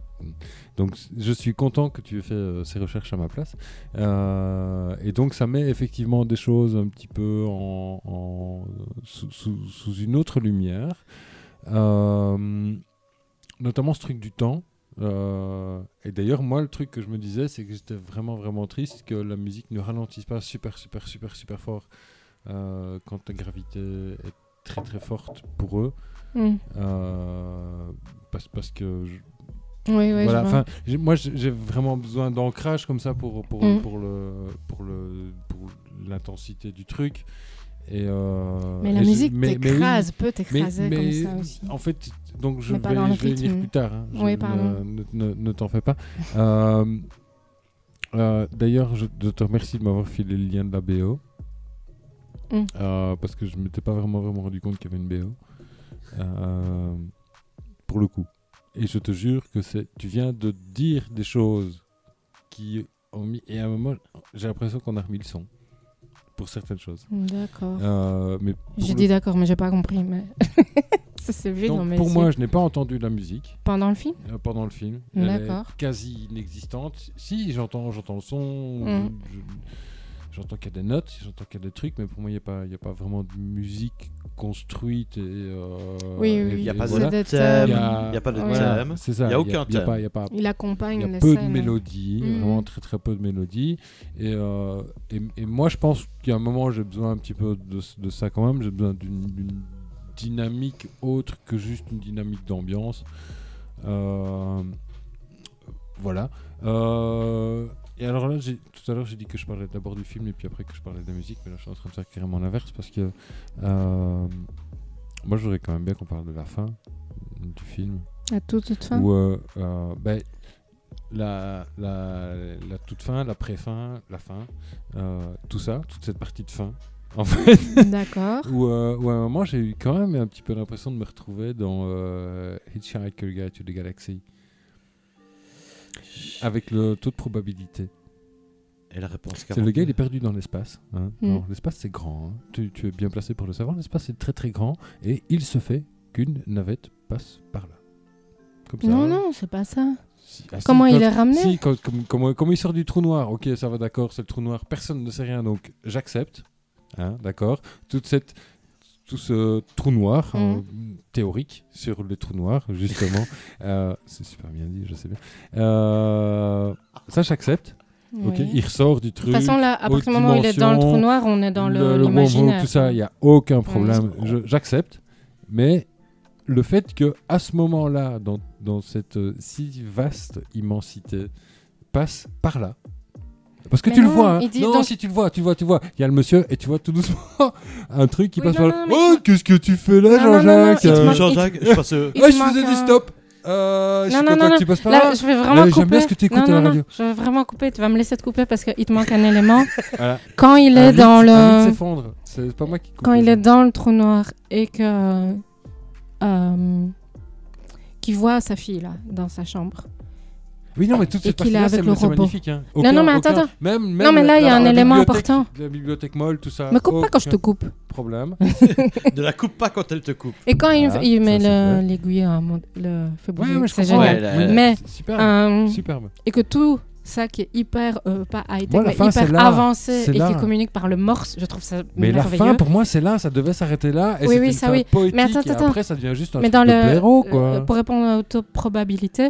Donc c- je suis content que tu aies fait euh, ces recherches à ma place. Euh, et donc ça met effectivement des choses un petit peu en, en- sous, sous- sous une autre lumière. Euh, notamment ce truc du temps. Euh, et d'ailleurs, moi, le truc que je me disais, c'est que j'étais vraiment, vraiment triste que la musique ne ralentisse pas super, super, super, super fort euh, quand la gravité est très, très forte pour eux.
Mmh.
Euh, parce, parce que je-
Oui, oui,
voilà,
je vois.
enfin, j'ai- moi j'ai j'ai vraiment besoin d'ancrage comme ça pour, pour,
Mm.
pour le pour le pour l'intensité du truc. Et euh,
mais la
et je-
musique
mais- mais oui,
t'écrase, peut
mais-
t'écraser comme
mais
ça aussi.
En fait, donc je
Mais pas
vais,
dans le
je vais y venir
rythme.
plus tard. hein. Je-
Oui, pardon.
Ne, ne- ne t'en fais pas. Euh, euh, D'ailleurs, je je te remercie de m'avoir filé le lien de la BO.
Mm.
Euh, parce que je ne m'étais pas vraiment, vraiment rendu compte qu'il y avait une BO. Euh, pour le coup. Et je te jure que c'est, tu viens de dire des choses qui ont mis. Et à un moment, j'ai l'impression qu'on a remis le son. Pour certaines choses.
D'accord.
Euh, mais pour
J'ai
le
dit d'accord, mais j'ai pas compris. Mais... ça s'est vu dans
donc,
mes
pour
yeux.
moi, je n'ai pas entendu la musique
Pendant le film
euh, pendant le film. Elle est
D'accord.
Quasi inexistante. Si, j'entends, j'entends le son.
Mm.
je- je- J'entends qu'il y a des notes, j'entends qu'il y a des trucs, mais pour moi, il n'y a, pas- il y a pas vraiment de musique construite. Et, euh,
Oui, oui,
et-
oui.
et
Il y a
pas de
voilà.
C'est des
thème,
Il y
thèmes.
a-
il y a pas de
Oui.
Voilà,
thème.
c'est ça.
Il y a aucun
il y a
thème.
pas- il y a pas-
Il
il
accompagne
y a
les
peu de
scènes.
mélodies,
Mm.
vraiment très très peu de mélodies. Et, euh, et, et moi, je pense qu'à un moment, j'ai besoin un petit peu de, de ça quand même. J'ai besoin d'une d'une dynamique autre que juste une dynamique d'ambiance. Euh, voilà. Euh, et alors là, j'ai- tout à l'heure, j'ai dit que je parlais d'abord du film et puis après que je parlais de la musique, mais là, je suis en train de faire carrément l'inverse parce que euh, moi, j'aurais quand même bien qu'on parle de la fin du film.
À toute, toute fin.
Ou euh, euh, ben, la, la, la toute fin, la pré-fin, la fin, euh, tout ça, toute cette partie de fin, en fait,
D'accord.
où, euh, où à un moment j'ai eu quand même un petit peu l'impression de me retrouver dans euh, Hitchhiker Guide to the Galaxy. Avec le taux de probabilité.
Et la réponse
C'est le
42.
gars, il est perdu dans l'espace. hein.
Mm.
Alors, L'espace, c'est grand. hein. Tu, tu es bien placé pour le savoir. L'espace est très très grand et il se fait qu'une navette passe par là. Comme ça.
Non, non, c'est pas ça.
Si- ah, si,
Comment
quand-
il est ramené
Si, quand- comme, comme- comme il sort du trou noir, ok, ça va, d'accord, c'est le trou noir, personne ne sait rien, donc j'accepte. Hein, d'accord Toute cette, tout ce trou noir
Mhm.
euh, théorique sur les trous noirs, justement. Euh, c'est super bien dit, je sais bien. Euh, ça, j'accepte. ok
Oui.
Il ressort du
De toute
truc.
façon, là, à partir du moment où il est dans le trou
dimensions,
noir, on est dans
le,
le-
le
l'imaginaire.
Wormhole, tout ça, il n'y a aucun problème. Je- J'accepte. Mais le fait que à ce moment-là, dans, dans cette euh, si vaste immensité, passe par là. Parce que
Mais
tu le
non,
vois, hein.
il dit
non,
donc-
si tu le vois, tu vois, tu vois. Il y a le monsieur et tu vois tout doucement un truc qui
Oui,
passe
non,
par là.
non, mais
oh,
tu-
qu'est-ce que tu fais là,
Non, non, non, non,
Jean-Jacques
il te
euh,
manque-
Jean-Jacques, je pense. euh,
Il te
Ouais, je
manque
faisais du
un-
stop. Euh, je suis
Non, non,
content
non,
que tu passes par là.
Là, je vais vraiment
Là, j'aime
couper.
bien ce que t'écoutes
non,
à la
non, non,
radio.
je vais vraiment couper. Tu vas me laisser te couper parce qu'il te manque un élément.
Voilà.
Quand il
Un
est
mythe-
dans
un mythe
le
s'effondre. C'est pas moi qui coupe
quand
les
il
gens.
est dans le trou noir et que euh, qui voit sa fille là dans sa chambre.
Oui, non, mais toute
Et
cette
qu'il est
partie-là,
avec
c'est
le
c'est
robot.
magnifique. hein.
Non, non, mais attends, attends.
Même,
non,
même
mais là, il y a
la-
un
la
élément
bibliothèque-
important.
La bibliothèque molle, tout ça.
Me coupe pas quand je te
aucun
coupe.
Problème.
Ne la coupe pas quand elle te coupe.
Et quand il,
Voilà,
il met
ça, c'est
le-
vrai.
l'aiguille, à mon- le fait bouger,
Ouais, mais je
c'est
comprends.
génial.
Ouais, là,
Mais,
c'est Superbe.
Euh,
Superbe.
et que tout ça qui est hyper, euh, pas high-tech,
Moi, la
mais
fin, c'est
hyper
l'art.
avancé
C'est
et qui
l'art.
communique par le morse, je trouve ça
Mais la
merveilleux.
fin, pour moi, c'est là, ça devait s'arrêter là. Et
Oui,
c'est
oui,
une
ça,
fin
oui.
poétique.
Mais attends,
et
attends.
après, ça devient juste un
mais
truc
dans
de
le,
blaireau,
euh,
quoi.
pour répondre aux probabilités,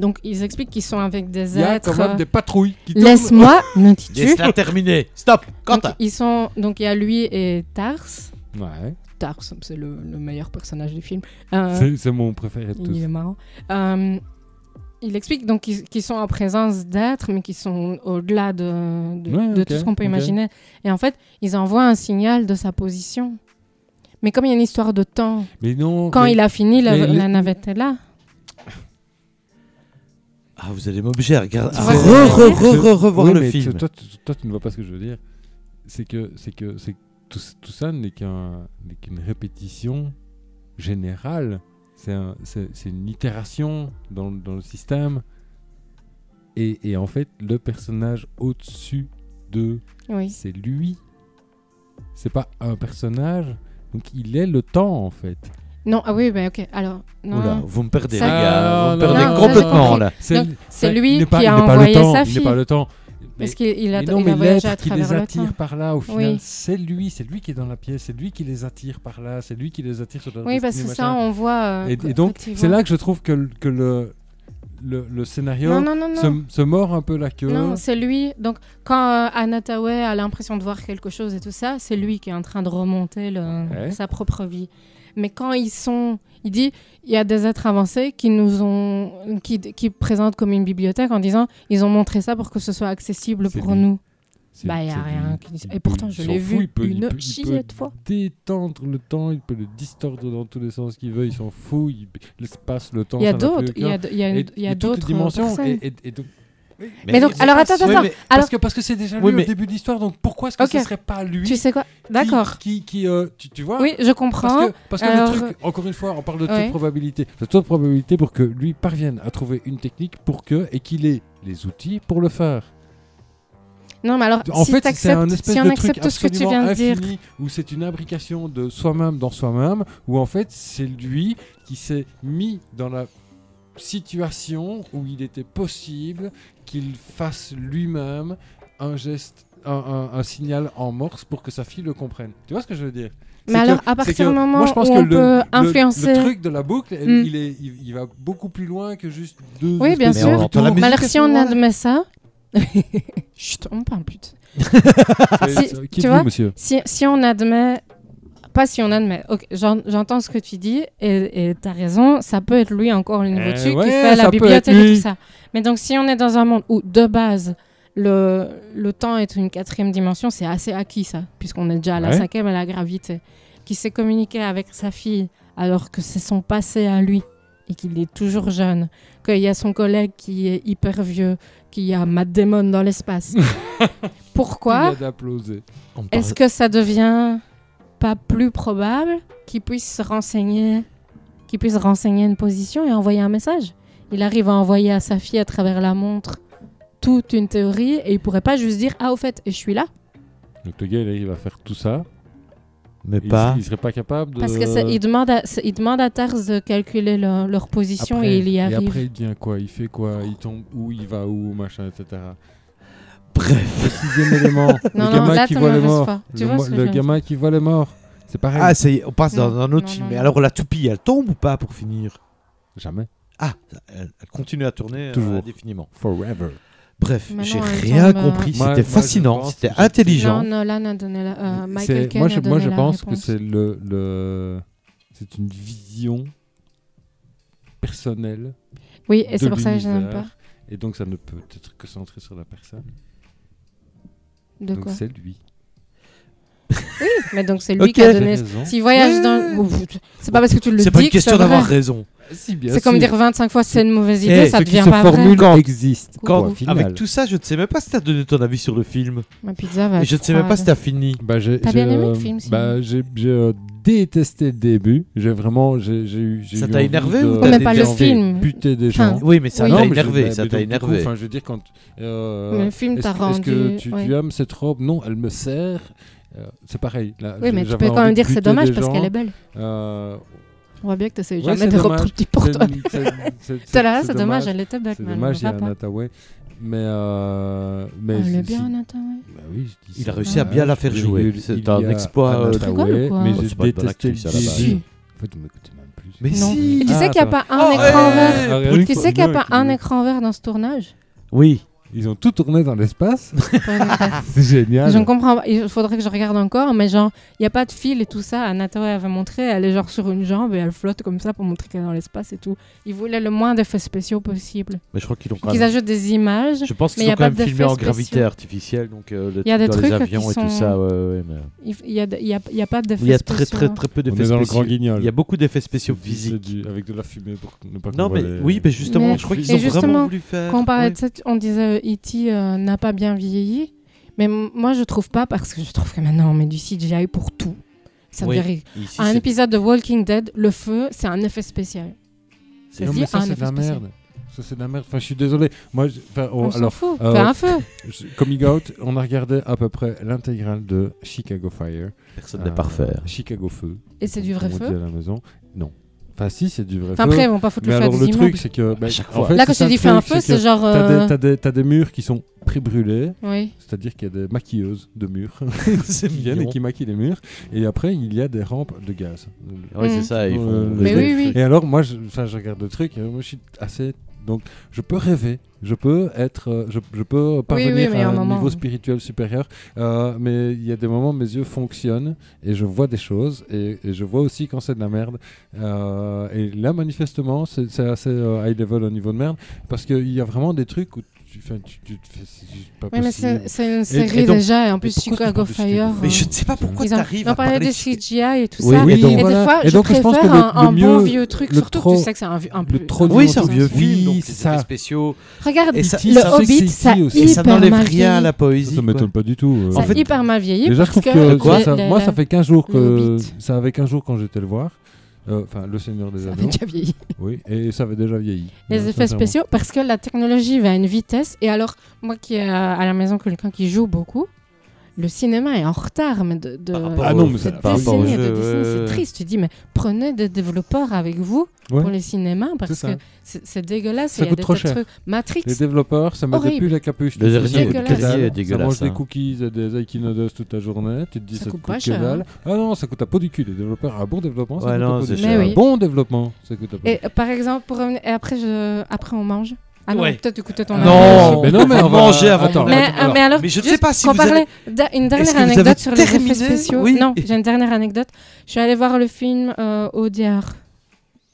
donc ils expliquent qu'ils sont avec des
Il y a
êtres. euh,
quand même des patrouilles qui tournent.
Laisse-moi, me dis-tu.
Laisse-la terminer. Stop.
Donc,
Quentin.
ils sont, donc il y a lui et Tars.
Ouais.
Tars, c'est le, le meilleur personnage du film. Euh,
C'est- C'est mon préféré de
Il est
tous.
marrant. Euh, il explique donc qu'ils qu'ils sont en présence d'êtres, mais qui sont au-delà de, de,
Ouais,
de
ok,
tout ce qu'on peut
ok.
imaginer. Et en fait, ils envoient un signal de sa position. Mais comme il y a une histoire de temps,
Mais non.
quand
mais-
il a fini, la,
mais les-
la navette est là.
Ah, vous allez m'obliger à regarder.
Tu
à
vois ce que
Ah, re-
je veux
re- re- re- revoir
Oui,
le
mais
film.
tu- Toi, tu- toi, tu ne vois pas ce que je veux dire. C'est que, c'est que, c'est que tout, tout ça n'est qu'un, n'est qu'une répétition générale. C'est, un- c'est, c'est une itération dans, dans le système. Et, et en fait, le personnage au-dessus de,
Oui.
c'est lui. C'est pas un personnage. Donc il est le temps en fait.
Non, ah oui, bah, ok. Alors, non.
Oula, vous me perdez,
Ça-
les gars.
Ah,
Vous me
non,
perdez
non, ça, j'ai
complètement,
compris.
là.
C'est,
Donc, c'est lui
il n'est pas-
qui
il
a
n'est pas le
envoyé
temps,
sa
il n'est
fille.
pas le temps. Mais-
Parce qu'il il a,
mais non,
il a
mais
voyagé à
l'être qui
travers
les
le temps.
attire par là, au final,
Oui.
c'est lui, c'est lui qui est dans la pièce, c'est lui qui les attire par là, c'est lui qui les attire sur la
Oui, parce que ça, on voit. euh,
Et, et donc,
quand il
c'est
voit-
là que je trouve que, le- que le, le, le scénario
Non, non, non, non.
Se, se mord un peu la queue.
Non, c'est lui. Donc, quand euh, Anna Tawai a l'impression de voir quelque chose et tout ça, c'est lui qui est en train de remonter le-
Ouais.
sa propre vie. Mais quand ils sont. Il dit il y a des êtres avancés qui nous ont. Qui, qui présentent comme une bibliothèque en disant ils ont montré ça pour que ce soit accessible
C'est
pour
lui.
nous.
C'est-
bah, y a
c'est
rien
lui.
qui dit ça.
Il
Et pourtant,
peut-
je
il
l'ai
s'en
vu
fout, il peut- il
une
peut- il peut
chillette fois.
détendre le temps, il peut le distordre dans tous les sens qu'il veut, il s'en fout, il- l'espace, le temps.
Il y a
ça n'a plus
d'autres. Il y
aucun-
a, d- il y a,
Et-
il y a
et toutes les
d'autres
dimensions.
personnes.
et- et- et donc-
Mais donc,
il-
alors
c'est
attends, attends,
pas- Oui,
attends.
mais-
Alors-
parce que parce que c'est déjà
Oui,
lui
mais-
au début de l'histoire, donc pourquoi est-ce que
Ok.
ce serait pas lui
Tu sais quoi D'accord.
Qui, qui, qui, euh, tu, tu vois
Oui, je
Parce
comprends.
que, parce que
Alors-
le truc, encore une fois, on parle de taux
Ouais.
de probabilité. Le taux de probabilité pour que lui parvienne à trouver une technique pour que et qu'il ait les outils pour le faire.
Non, mais alors,
En
Ah, si,
fait, c'est
t'acceptes-
un espèce
si on
de truc
accepte tout ce que tu
absolument
viens de dire,
infini où c'est une imbrication de soi-même dans soi-même où en fait c'est lui qui s'est mis dans la situation où il était possible qu'il fasse lui-même un geste, un, un- un signal en morse pour que sa fille le comprenne. Tu vois ce que je veux dire
Mais
C'est
alors,
que-
à
c'est
partir
que
du moment
moi, je pense
où
que
on
le-
peut
le-
influencer-
le, truc de la boucle, elle-
Mm.
il, est, il, il va beaucoup plus loin que juste deux.
Oui, bien
espèces
sûr.
de
Mais on
entend la
retours.
Mais
musique
alors, si on admet ça. Chut, on parle plus. de- Si-
C'est-
tu
qui êtes-vous,
vois
monsieur
Si, si on admet. Pas si on admet. Ok, j'en- J'entends ce que tu dis et tu as raison. Ça peut être lui encore le niveau
Eh
dessus qui
ouais,
fait la
ça peut
bibliothèque
être
et
lui.
tout ça. Mais donc, si on est dans un monde où, de base, le, le temps est une quatrième dimension, c'est assez acquis ça, puisqu'on est déjà à la
Ouais.
cinquième à la gravité, qui s'est communiqué avec sa fille alors que c'est son passé à lui et qu'il est toujours jeune, qu'il y a son collègue qui est hyper vieux, qu'il y a Matt Damon dans l'espace. Pourquoi
Il y a d'applauser.
On parle-
est-ce que ça devient pas plus probable qu'il puisse se renseigner, qu'il puisse renseigner une position et envoyer un message Il arrive à envoyer à sa fille à travers la montre toute une théorie et il pourrait pas juste dire ah au fait je suis là
Donc le gars, il arrive à faire tout ça.
Mais
Il,
pas.
il serait pas capable de.
parce que ça- il demande à, ça- il demande à Tars de calculer le- leur position
Après-
et il y arrive.
Et après, il devient quoi Il fait quoi Il tombe où Il va où Machin, etc.
Bref.
Le sixième élément.
Non,
le gamin
non, là,
qui
t'en
voit les
avais
morts.
pas. Tu
le
vois
mo-
ce que je
le
veux dire
gamin qui voit les morts. C'est pareil.
Ah, ça y est, on passe dans
Non,
un autre
non,
film.
non,
Mais
non.
alors, la toupie, elle tombe ou pas pour finir
Jamais.
Ah, ça- elle elle continue à tourner euh,
Toujours.
indéfiniment.
Forever.
Bref,
Maintenant,
j'ai
elle
rien
tombe, euh,
compris. C'était
Moi- moi, je
fascinant,
pense-
c'était
je-
intelligent.
Non, Nolan a donné la, euh, Michael
C'est-
Caine
moi,
a
je,
donné
moi, je
la
pense
réponse.
que c'est le, le- c'est une vision personnelle.
Oui, et
de
c'est pour ça que je n'aime
l'univers,
pas.
Et donc, ça ne peut être que centré sur la personne.
De
donc,
quoi
c'est lui.
Mais donc c'est lui
Ok.
qui a
T'as
donné.
raison.
S'il voyage
Ouais.
dans. Ouf, C'est pas parce que tu le dis
C'est pas une
que c'est
question d'avoir
vrai.
raison.
Ah, Si, bien
C'est comme
sûr.
dire 25 fois c'est une mauvaise idée,
Eh,
ça
Ceux qui
devient
se
pas vrai.
formulent existent.
Coucou.
Point final.
Avec tout ça, je ne sais même pas si tu as donné ton avis sur le film.
Ma pizza va.
Et je ne sais même pas si tu as fini.
Bah, j'ai,
T'as
j'ai,
bien aimé le
euh,
film, Simon
bah, j'ai, j'ai, euh, détesté le début. J'ai vraiment. J'ai, j'ai eu, j'ai
Ça
eu
t'a
envie
énervé
de-
ou
t'as Mais pas le détesté
de
film.
Buter des
Enfin,
gens.
Oui, mais ça
Oui.
t'a
Non, mais je-
énervé.
bah,
Ça
mais
t'a
donc, du coup,
énervé.
Enfin, je veux dire, quand. euh,
Le film
Est-ce
t'a
que-
rendu.
Est-ce que tu, tu
ouais.
aimes cette robe Non, elle me sert. Euh, c'est pareil. là,
Oui, mais tu
j'avais
peux quand
envie
même
de
dire c'est
buter
dommage
des
parce
gens.
qu'elle est belle.
Euh,
On voit bien que tu essayes
Ouais,
jamais
c'est
de rendre
dommage.
petit pour
c'est-
toi.
c'est- c'est- c'est-
Celle-là, c'est dommage, elle était belle.
C'est
mais elle
dommage,
me
il y a
va pas. Ah,
Anna Tawai. Mais. euh, mais
Elle est
si-
bien, Nathan.
Bah oui, je dis
Il
ça.
a réussi à
Ouais,
bien la faire
il-
jouer.
il-
C'est
il
un
y a
exploit,
Anna
euh,
Tu rigoles
Thaoué,
ou quoi
Mais
Bah,
j'ai
c'est pas une bonne
détesté le
actrice à la
début.
base.
Si.
En fait, vous m'écoutez même plus.
Mais
Non.
si
Et tu sais qu'il n'y a pas un
Oh,
écran
eh,
vert.
Ah,
Brut.
oui,
Tu
faut
sais qu'il n'y a
bien
pas
qu'il
un
y ait-
écran vert dans ce tournage
Oui.
Ils ont tout tourné dans l'espace.
Pour une affaire.
C'est génial.
Je ne comprends pas. Il faudrait que je regarde encore, mais genre, il n'y a pas de fil et tout ça. Anatole avait montré, elle est genre sur une jambe et elle flotte comme ça pour montrer qu'elle est dans l'espace et tout. Ils voulaient le moins d'effets spéciaux possible.
Mais je crois qu'ils ont quand
Qu'ils
même.
ajoutent des images.
Je pense
Mais
qu'ils
y
ont
a
quand
pas
même filmé
d'effets
en
spéciaux.
gravité artificielle. Donc, euh, le
Y a
truc
des
dans les
trucs, euh,
avions et tout
qui sont-
ça. ouais, ouais, mais-
Il n'y a, de- il y a- il y a pas d'effets
Il y a
spéciaux.
très, très, très peu
On
d'effets
est dans le grand
spéciaux.
guignol.
Il y a beaucoup d'effets
C'est
spéciaux
du-
physiques.
c'est du- avec de la fumée pour ne pas
Non,
qu'on
mais
voit les-
oui, mais justement,
Mais-
je crois qu'ils
et
ont vraiment
justement,
voulu faire.
Quand on parlait
Ouais.
de ça, tu- on disait euh, E.T. euh, n'a pas bien vieilli. Mais m- moi, je trouve pas parce que je trouve que maintenant, on met du CGI pour tout. Ça me
Oui.
dirait.
Ici,
Un
c'est-
épisode de Walking Dead, le feu, c'est un effet spécial.
c'est-
Non,
Vas-y,
mais ça,
un
c'est de la
effet spécial.
merde. Ça, c'est de la merde. Enfin, je suis désolé. Moi, je- enfin, oh,
on s'en
alors,
fout.
euh,
Fais un feu.
je- Coming Out, on a regardé à peu près l'intégrale de Chicago Fire.
Personne
Euh,
n'est parfait.
Chicago Feu.
Et c'est du
comme
vrai
on dit
feu.
à la maison. Non. Enfin, si, c'est du vrai
Enfin,
feu.
après, ils vont pas foutre
mais
le feu à
alors,
des
le
immeubles.
truc, c'est que. bah,
À chaque
en
fois.
fait,
Là, quand
c'est
je dis
ça
fais
le
un
truc,
feu, c'est
que
genre.
T'as
euh,
des, t'as des- t'as des murs qui sont pré-brûlés,
Oui.
c'est-à-dire qu'il y a des maquilleuses de murs
c'est
qui viennent et
mignon.
qui maquillent les murs. Et après, il y a des rampes de gaz.
Ouais, c'est
Mm.
ça. Ils
Euh,
font
Mais
des-
oui, oui.
Et alors, moi, je, enfin, je regarde le truc, et moi, je suis assez. Donc, je peux rêver, je peux être, euh, je, je peux parvenir
oui, mais
à
à
un
un moment,
niveau
oui.
spirituel supérieur, euh, mais il y a des moments, mes yeux fonctionnent et je vois des choses et, et je vois aussi quand c'est de la merde. Euh, et là, manifestement, c'est c'est assez euh, high level au niveau de merde parce qu'il y a vraiment des trucs où tu, enfin, tu, tu, tu- c'est pas
Oui, mais
possible.
c'est c'est une
et
série
donc-
déjà, et en plus
pourquoi tu
Chicago
parles de
Fire.
Chicago
Mais
euh,
je ne sais pas pourquoi
Ils
tu
ont,
arrives
ils ont
à
parlé
parler
de
de
CGI et tout
Oui,
ça.
oui,
et
donc
des
voilà.
fois,
Et donc,
je
je pense
préfère
que le-
un, un
le
bon
mieux-
vieux truc,
le
surtout
trop-
que tu sais que c'est un, vieux- un
le
plus-
trop
un
du
vieux
Oui,
monde
c'est un
de
truc.
vieux
science.
film,
Oui,
donc
c'est
c'est
ça.
ça. spéciaux.
Regarde,
Et ça-
E.T., ça,
le
c'est
Hobbit,
sexy
ça a
aussi.
Et ça
hyper
n'enlève
mal
rien à
vieilli.
la poésie.
Ça
quoi.
m'étonne pas du tout. euh.
Ça
En
a
fait-
hyper mal vieilli.
Déjà, je
parce
trouve que,
quoi
le-
ça-
le-
moi,
le-
ça fait 15 jours que
Hobbit.
ça avait 15 jours quand j'étais le voir. Euh, Enfin, le Seigneur des
ça
Anneaux.
avait déjà vieilli.
Oui, et ça avait déjà vieilli.
Les
Euh,
effets
sincèrement.
spéciaux, parce que la technologie va à une vitesse. Et alors, moi qui ai euh, à la maison quelqu'un qui joue beaucoup, le cinéma est en retard. Mais de, de-
Par rapport
Ah
au-
non, mais ça-
cette
par rapport au
décennie de
jeu,
Disney,
ouais,
c'est
ouais.
triste. Tu dis, mais prenez des développeurs avec vous
Ouais.
pour les cinémas
C'est
parce
ça.
que c'est c'est dégueulasse.
Ça
il y a
coûte
des
trop
tas de
cher.
trucs. Matrix,
Les développeurs, ça mettait
Horrible.
plus la capuche.
Le dernier
Ça coûte
Dégueulasse.
que dalle.
dernier
est
Ça mange
dégueulasse,
des
hein.
cookies et des Aikin noodles toute la journée. Tu te dis,
Ça
ça,
coûte
coûte,
pas
que
cher,
dalle.
hein.
Ah non, ça coûte à peau du cul. Les développeurs, un bon développement, ça
Ouais,
coûte à
non,
peau
c'est
du cul.
cher. Mais
Un
oui.
bon développement, ça coûte à peau du
Et euh, par exemple, pour revenir- et après, je... après on mange. Ah non,
Ouais.
peut-être du coup, t'as ton
cul.
Non.
mais non, mais on
Faut
va
manger Ah, avant
Attends,
de-
Mais,
attends,
euh, mais alors,
mais je ne
juste
sais pas si
qu'on
vous
parlait d'a- une
Est-ce
dernière
que vous avez
anecdote sur les
terminé
effets spéciaux.
Oui.
Non, j'ai une dernière anecdote. Je suis allée voir le film euh, Audiard,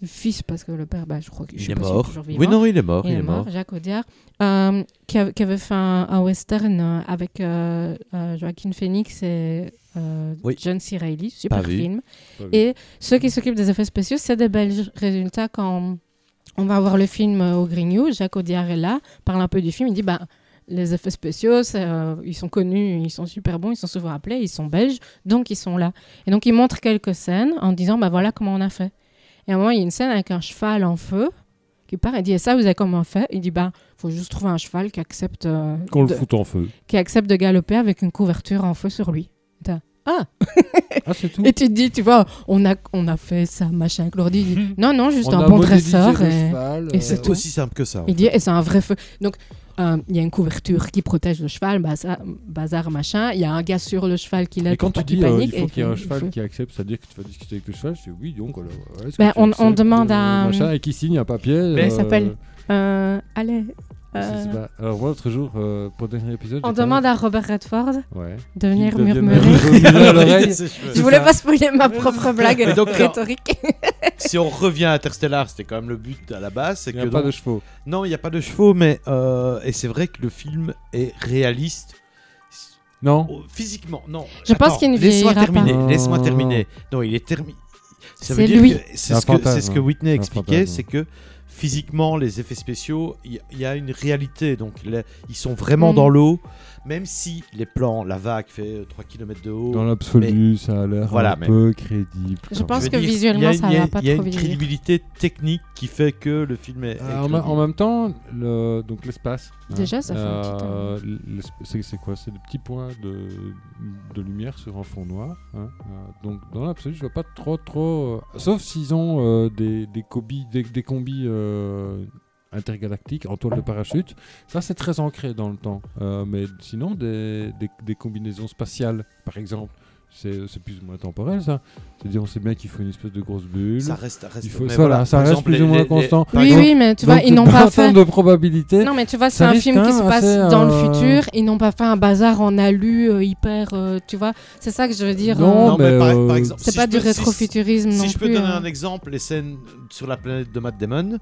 le fils, parce que le père, bah, je crois que je
Il
suis
est
pas sûre
mort.
toujours vivant.
Oui, non, il est mort. Il est mort.
Jacques Audiard, euh, qui, a- qui avait fait un, un western euh, avec euh, euh, Joaquin Phoenix et euh,
Oui.
John C. Reilly, super
Pas vu.
film.
Pas vu.
Et ceux qui s'occupent des effets spéciaux, c'est des Belges. Résultat, quand on va voir le film euh, au Grignou, Jacques Audiard est là, parle un peu du film, il dit bah, les effets spéciaux, c'est, euh, ils sont connus, ils sont super bons, ils sont souvent appelés, ils sont belges, donc ils sont là. Et donc, il montre quelques scènes en disant bah, voilà comment on a fait. Et à un moment, il y a une scène avec un cheval en feu qui part et dit et ça, vous avez comment fait Il dit bah, faut juste trouver un cheval qui accepte, euh,
Qu'on le
de,
fout en feu.
qui accepte de galoper avec une couverture en feu sur lui. T'as- Ah
Ah, c'est tout.
Et tu te dis, tu vois, on a, on a fait ça, machin. que Lordi il dit, non, non, juste
Mmh. On
un
a
bon
modélisé
dresseur.
le
Et...
cheval,
et
euh,
c'est
C'est
tout.
aussi simple que ça.
Il dit, et c'est un vrai feu. Donc, euh, il y a une couverture qui protège le cheval, bazar, bazar machin. Il y a un gars sur le cheval qui
Et
l'aide
quand
pour
tu
pas qu'il
dis euh, il
panique.
faut
et
qu'il y ait un
il
cheval
faut-
qui accepte, c'est-à-dire que tu vas discuter avec le cheval, je dis oui, donc alors. euh, est-ce
Ben,
que tu
on- on
acceptes,
demande
euh,
à-
machin, et qui signe un papier.
Mais ça
euh,
Ben, s'appelle- Euh, allez.
je sais
euh,
pas. bah, Alors, moi, l'autre jour, euh, pour le dernier épisode.
on
j'ai quand
demande
même-
à Robert Redford
Ouais.
de venir
Qu'il devienne
murmurer.
murmurer à l'oreille.
Je voulais pas spoiler ma propre blague
Mais donc, alors-
rhétorique.
Si on revient à Interstellar, c'était quand même le but à la base. c'est
Il n'y
que
a pas
donc-
de chevaux.
Non, il n'y a pas de chevaux, mais. euh, Et c'est vrai que le film est réaliste.
Non.
Oh, Physiquement, non.
Je pense qu'il ne
Laisse-moi
vieillira pas.
terminer.
Non,
Laisse-moi
non,
terminer. Non, il est terminé. Ça veut
C'est
dire
lui.
que c'est
Un
ce que, c'est ce
fantasme.
que Whitney
Un
expliquait,
fantasme.
c'est que physiquement, les effets spéciaux, il y, il y a une réalité. Donc, là, ils sont vraiment
Mm.
dans l'eau, même si les plans, la vague fait euh, 3 km de haut.
Dans l'absolu, ça a l'air
Voilà,
un
mais-
peu crédible.
Je
quand
pense
même.
Je
que
veux dire,
visuellement,
il y a une-
ça
il y a-
va pas
Il y a
trop
une
vieillir.
crédibilité technique qui fait que le film est. est
Euh, en, ma-
crédible.
en même temps, le- donc l'espace.
Déjà, ça fait un petit
l- l'esp- C'est c'est quoi C'est des petits points de, de lumière sur un fond noir. hein. Euh, donc, dans l'absolu, je vois pas trop, trop. euh, sauf s'ils ont euh, des, des, combis, des, des combis euh, intergalactiques en toile de parachute. Ça, c'est très ancré dans le temps. Euh, mais sinon, des, des, des combinaisons spatiales, par exemple, c'est c'est plus ou moins temporel, ça. C'est-à-dire, on sait bien qu'il faut une espèce de grosse bulle.
ça reste, reste-
Il faut
mais
ça,
voilà,
là, ça
par
reste
exemple,
plus ou
les-
moins
les-
constant.
par
Oui,
exemple,
oui, mais tu vois,
Donc,
ils n'ont
de-
pas
en
fait.
termes de probabilité,
Non, mais tu vois,
Ça
c'est un
risque
film
quand
hein,
qui se
même
passe
assez,
dans
euh,
le futur. Ils n'ont pas fait un bazar en alu euh, hyper. euh, tu vois, c'est ça que je veux dire.
Non,
euh,
Non, mais
mais,
par-
euh,
par exemple,
c'est
si
pas
je
du
peux- si-
rétrofuturisme non
Si je peux
plus,
donner
hein.
un exemple, les scènes sur la planète de Matt Damon,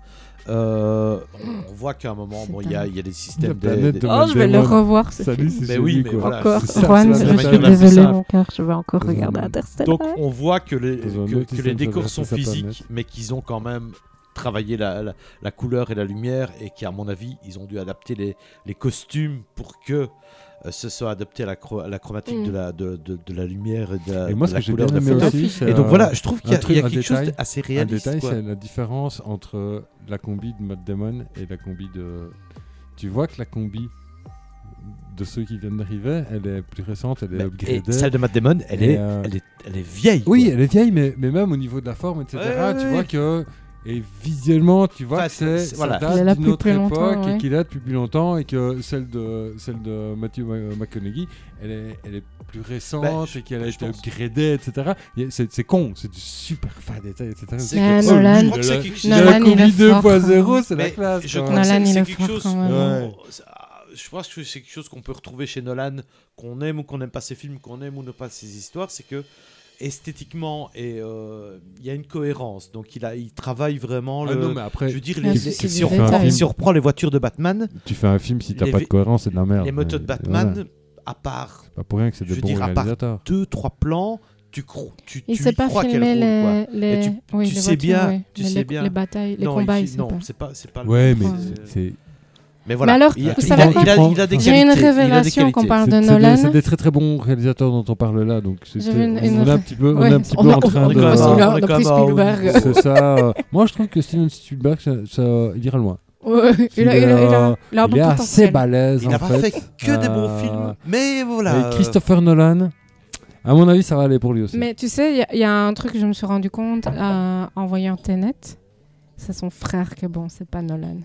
euh, on- on voit qu'à un moment,
C'est
bon, il y, a- il y a des
La
systèmes. des-
planète
des-
de
Oh, je vais le
Matt Damon.
revoir. Ce
Salut,
film.
c'est
Mais
chez
oui,
lui,
mais
quoi.
voilà.
Encore,
C'est ça,
Juan,
c'est la
je
seule
suis
raison.
désolée,
ça.
mon cœur, je vais encore regarder
Donc,
Interstellar.
Donc on voit que les,
Dans un
que,
autre
que les
système
décors
solaire,
sont
c'est sa
physiques,
planète.
mais qu'ils ont quand même travaillé la, la- la couleur et la lumière, et qu'à mon avis, ils ont dû adapter les, les costumes pour que euh, ce soit adapté à la, chro- à la chromatique
Mm.
de, la, de, de- de la lumière et de la,
Et moi,
de Euh,
ce
la
que j'ai
couleur
bien
de la
aimé
photo.
photo.
aussi, c'est
Et donc
euh,
voilà, je trouve qu'il y a,
un truc,
il y a
un
quelque chose
détail,
d'assez
un
réaliste.
détail,
quoi.
c'est la différence entre la combi de Matt Damon et la combi de. Tu vois que la combi de ceux qui viennent d'arriver, elle est plus récente, elle
Mais-
est upgradée.
Bah, et celle de Matt Damon, elle,
Et,
est,
euh,
elle, est, elle est vieille.
Oui,
quoi.
elle est vieille, mais, mais même au niveau de la forme, etc.
Ouais,
tu
ouais,
vois
ouais.
que. Et visuellement, tu vois
Enfin,
que c'est,
c'est-
ça
voilà.
Elle est là
date
depuis
d'une autre
plus longtemps,
époque
ouais.
et qu'il est là depuis plus longtemps et que celle de, celle de Matthew Ma- euh, McConaughey, elle est, elle est plus récente
Ben, je-
et qu'elle a
je
été
pense.
upgradée, etc. Et C'est, c'est con, c'est du super fan détail, etc.
C'est
Mais euh,
quelque-
Nolan-
je crois que c'est quelque chose-
Il a
Nolan, il est
combi
fort, hein.
2.0, c'est la
Mais
classe. hein.
Je
quand
crois
même.
que
Nolan,
c'est-
il
c'est
est
quelque chose.
fort quand même.
qu'on- ça- Je pense que c'est quelque chose qu'on peut retrouver chez Nolan, qu'on aime ou qu'on n'aime pas ses films, qu'on aime ou ne pas ses histoires, c'est que esthétiquement et euh, il y a une cohérence. Donc il a, il travaille vraiment
Ah
le.
non, mais après,
Je veux dire,
Ah,
les-
c'est-
si,
c'est
si
du
on
détail.
prend, si on reprend les voitures de Batman,
tu fais un film si t'as
les
pas de
vé-
cohérence, c'est de la merde.
les motos de
Et
Batman,
voilà.
à part
C'est pas pour rien que c'est
je
de
veux
bons
dire, à part-
réalisateurs.
deux trois plans, tu, cro- tu,
Il
tu
sait
y
pas
crois qu'elle
filmer
roule, quoi.
les, les,
Et tu-
oui,
tu
les
sais bien,
voitures, ouais,
tu
mais
sais
les,
bien.
les batailles, les
non,
combats,
il-
il sait
non,
pas.
c'est pas, c'est pas. le- euh,
Ouais, mais
mais
c'est-
c'est. c'est-
Mais voilà.
alors,
il a,
vous
il a-
savez
quoi
il a- il a des
J'ai une
qualités, il a des
révélation qu'on
qualités.
parle de
C'est- c'est
Nolan.
des- C'est des très très bons réalisateurs dont on parle là, donc c'est-
J'ai vu une- une
on est un
autre-
petit peu, on
Ouais.
est un petit
On
peu
a-
en
on-
train
on est
de.
quand même
on est
à- on a
quand
pris
même à haut
Spielberg.
niveau.
C'est ça. euh, Moi, je trouve que Steven Spielberg, ça, ça- il ira loin.
Ouais, il a- il a- il a- il a un
Il est
bon
assez
potentiel.
balèze.
Il n'a
en
pas fait que euh, des bons
Euh,
films, mais voilà.
Et Christopher Nolan, à mon avis, ça va aller pour lui aussi.
Mais tu sais, il y a- il y, a un truc que je me suis rendu compte euh, en voyant Tenet. C'est son frère que bon, c'est pas Nolan.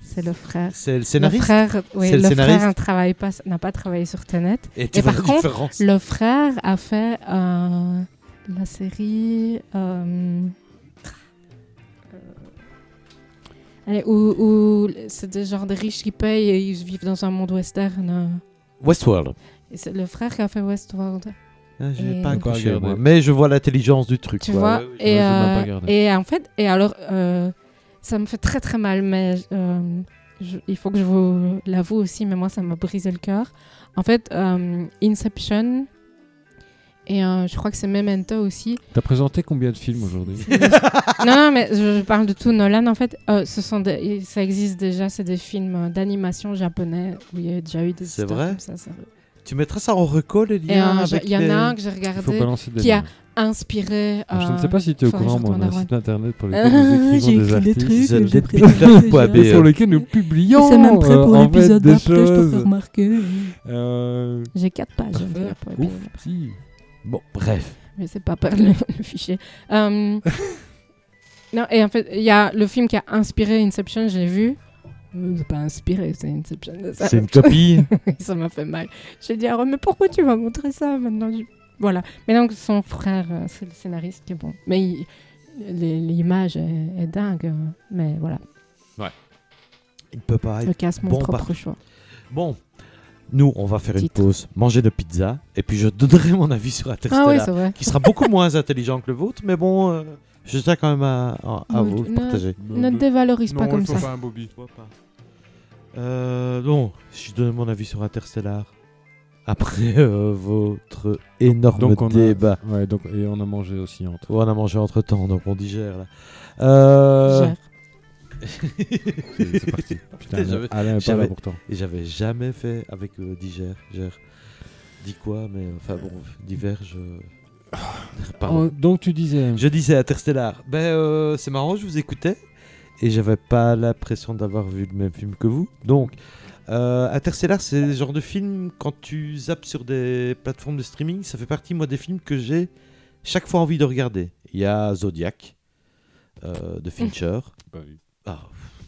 c'est le frère.
C'est le
Le
scénariste.
frère, oui,
C'est le
le frère
scénariste.
ne travaille pas, n'a pas travaillé sur Tenet.
Et tu
Et
vois
par
la
contre,
différence.
Le frère a fait euh, la série. euh, euh, allez, euh, où, où c'est des genres de riches qui payent et ils vivent dans un monde western. euh.
Westworld.
Et c'est le frère qui a fait Westworld.
Ah, je
Et-
n'ai pas
Encore
accroché,
regardé.
moi. Mais je vois l'intelligence du truc.
Tu
quoi.
vois
Ouais, ouais,
et,
j'ai même pas
euh,
regardé.
et en fait, et alors, euh, ça me fait très très mal, mais euh, je- il faut que je vous l'avoue aussi, mais moi ça m'a brisé le cœur. En fait, euh, Inception, et euh, je crois que c'est Memento aussi,
T'as présenté combien de films aujourd'hui
non, non, mais je, je parle de tout Nolan. En fait, Euh, ce sont des- ça existe déjà. C'est des films euh, d'animation japonais où il y a déjà eu des
C'est
histoires
vrai
comme ça. ça.
Tu mettras ça en recall, les
Et
liens
euh, je-
avec
il y en
les-
a un que j'ai
Il faut
regardé,
balancer des
qui a-
liens.
inspiré.
Alors, Je ne
euh,
sais pas si tu es au
faudrait que
courant,
je
mais on a un
retourne à
site internet pour
Ah,
lequel nous
j'ai
écrivons des
écrit des
articles.
trucs.
The
euh, j'ai
Dead
pris-
Beatler.be.
Et sur lequel nous publions
C'est même prêt
euh,
pour
en fait,
l'épisode
des
d'après, je te fais
choses.
remarquer.
Euh,
J'ai 4 pages.
Parfait.
je vais la pour-
Ouf, si.
Bon, bref.
Mais c'est pas par le, le fichier. Euh, non, et en fait, il y a le film qui a inspiré Inception, je l'ai vu. Euh, C'est pas inspiré, c'est Inception. Ça,
C'est une copie.
ça m'a fait mal. J'ai dit, ah, mais pourquoi tu vas montrer ça maintenant Je- Voilà. Mais donc, son frère, euh, c'est le scénariste qui est bon. Mais il- les- l'image est, est dingue. euh, Mais voilà,
Il peut pas
je casse mon
Ah, bon
propre
parti.
choix.
Bon, nous, on va faire une
Titre.
pause, manger de pizza, et puis je donnerai mon avis sur Interstellar,
Ah oui, c'est vrai.
qui sera beaucoup moins intelligent que le vôtre, mais bon, euh, je tiens quand même à, à- à
Nous-
vous le
non.
partager.
Ne te dévalorise pas comme ça.
pas un Bobby.
Euh, non, je donne mon avis sur Interstellar après euh, votre énorme
donc on
débat.
a, ouais, donc et on a mangé aussi entre.
Ouais, on a mangé entre temps, donc on digère là. Euh,
Gère.
C'est c'est parti. Putain,
j'avais-
Alain est pas
j'avais-
là pourtant.
Et j'avais jamais fait avec euh, digère, gère. Dis quoi, mais enfin bon, diverge. euh,
Ah.
Pardon.
Oh, donc tu disais.
Je disais Interstellar. Ben, euh, c'est marrant, je vous écoutais et j'avais pas l'impression d'avoir vu le même film que vous. Donc, euh, Interstellar, c'est le genre de film, quand tu zappes sur des plateformes de streaming, ça fait partie, moi, des films que j'ai chaque fois envie de regarder. Il y a Zodiac euh, de Fincher.
Bah
Pas vu.
Ah,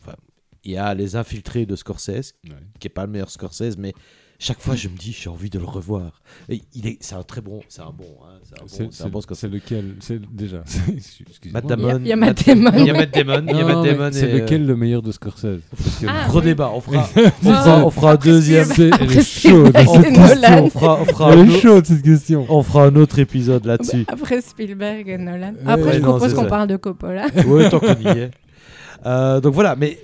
enfin, il y a Les Infiltrés de Scorsese, qui est pas le meilleur Scorsese, mais chaque fois je me dis j'ai envie de le revoir. Et il est, c'est un très bon, c'est un bon, hein, c'est un
C'est
bon, c'est un bon Scorsese.
c'est lequel C'est déjà.
Matt
Excusez-moi.
Il y a-
Damon.
il y a Matt Damon.
Il y a Matt Damon. il y a
Non,
Matt
mais
Damon
C'est
et,
lequel le meilleur de Scorsese Parce que
euh,
Ah,
Gros
oui.
débat. On fera, on fera,
Non.
on fera un deuxième.
c'est elle est
Christine
chaude.
Mac-
cette
c'est
question.
Nolan.
On fera, on fera un
Elle est
autre-
chaude cette question.
on fera un autre épisode là-dessus.
Après Spielberg et Nolan.
Euh,
Après,
ouais,
je
non,
propose
c'est
qu'on
ça.
parle de Coppola.
ouais, tant qu'on y est. Euh, donc voilà, mais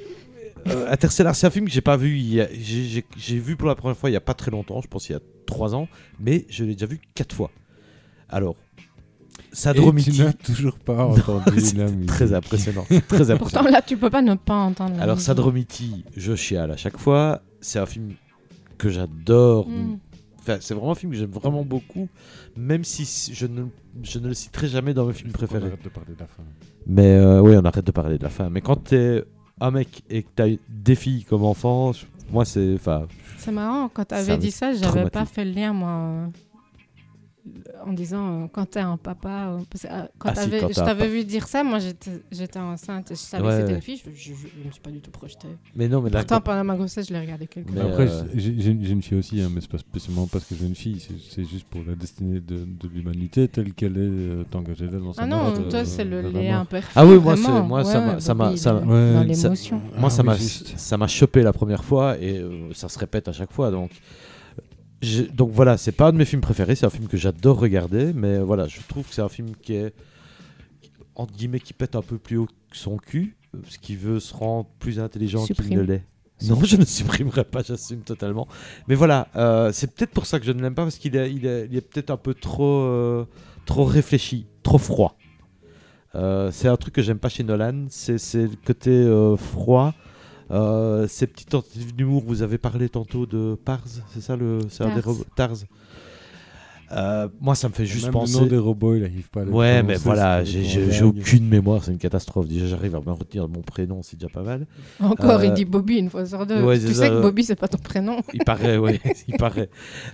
euh, Interstellar, c'est un film que j'ai pas vu. il y a- j'ai- J'ai j'ai vu pour la première fois il y a pas très longtemps, je pense il y a 3 ans, mais je l'ai déjà vu 4 fois. Alors,
Et
Sadromiti,
tu n'as toujours pas entendu
c'était
la musique.
très impressionnant. c'est Très
Pourtant,
impressionnant.
là, tu peux pas ne pas entendre. la
Alors,
musique.
Sadromiti, je chiale à chaque fois. C'est un film que j'adore.
Mm.
Enfin, c'est vraiment un film que j'aime vraiment beaucoup, même si je ne, je ne le citerai jamais dans mes films préférés.
de parler de la fin.
Mais euh, oui, on arrête de parler de la fin. Mais quand t'es un mec et que t'as eu des filles comme enfant, je- moi c'est. Enfin,
C'est marrant, quand tu
Ça
avais
me
dit ça, j'avais
traumatise.
pas fait le lien, moi, euh, en disant euh, quand t'es un papa. euh, parce que, euh, quand
Ah si,
t'avais-
quand t'es
je
un
t'avais vu dire ça, moi, j'étais j'étais enceinte et je savais
Ouais,
que c'était
ouais.
une fille, je, je- je- je me suis pas du tout projetée.
mais non, mais là.
Pourtant, pendant ma grossesse, je l'ai regardée quelques
Mais
fois.
Après,
euh,
j'ai j'ai- j'ai une fille aussi, hein, mais c'est pas spécialement parce que j'ai une fille, c'est- c'est juste pour la destinée de, de l'humanité telle qu'elle est euh, engagée là dans sa
Ah
mort,
non,
euh,
toi, c'est le
vraiment.
lien imperfect.
Ah oui, moi,
vraiment.
c'est- moi, ça
Ouais,
m'a- ça m'a-
Bobby,
ça
il est
m'a-
Ouais,
Dans
ça-
l'émotion.
Moi, ça
Ah oui,
m'a
juste.
ça m'a chopé la première fois et euh, ça se répète à chaque fois. Donc, je- donc voilà, c'est pas un de mes films préférés. C'est un film que j'adore regarder, mais voilà, je trouve que c'est un film qui est entre guillemets qui pète un peu plus haut que son cul, euh, parce qu'il veut se rendre plus intelligent qu'il
Supprime.
ne l'est. Non, je ne supprimerai pas, j'assume totalement. Mais voilà, euh, c'est peut-être pour ça que je ne l'aime pas, parce qu'il est, il est, il est peut-être un peu trop, euh, trop réfléchi, trop froid. Euh, c'est un truc que j'aime pas chez Nolan, c'est c'est le côté euh, froid, euh, ces petites tentatives d'humour. Vous avez parlé tantôt de Pars, c'est ça le c'est un des
Tars.
robots- Tars. Euh, moi, ça me fait juste
Même
penser.
le nom des robots, il arrive pas à le
Ouais, mais
prononcer,
voilà,
c'est
j'ai
complètement
j'ai- j'ai
dingue.
aucune mémoire, c'est une catastrophe. Déjà, j'arrive à me retenir de mon prénom, c'est déjà pas mal.
Encore,
Euh,
il dit Bobby une fois sur deux.
ouais, c'est
tu
ça.
sais que Bobby, c'est pas ton prénom.
Il paraît, oui, il paraît.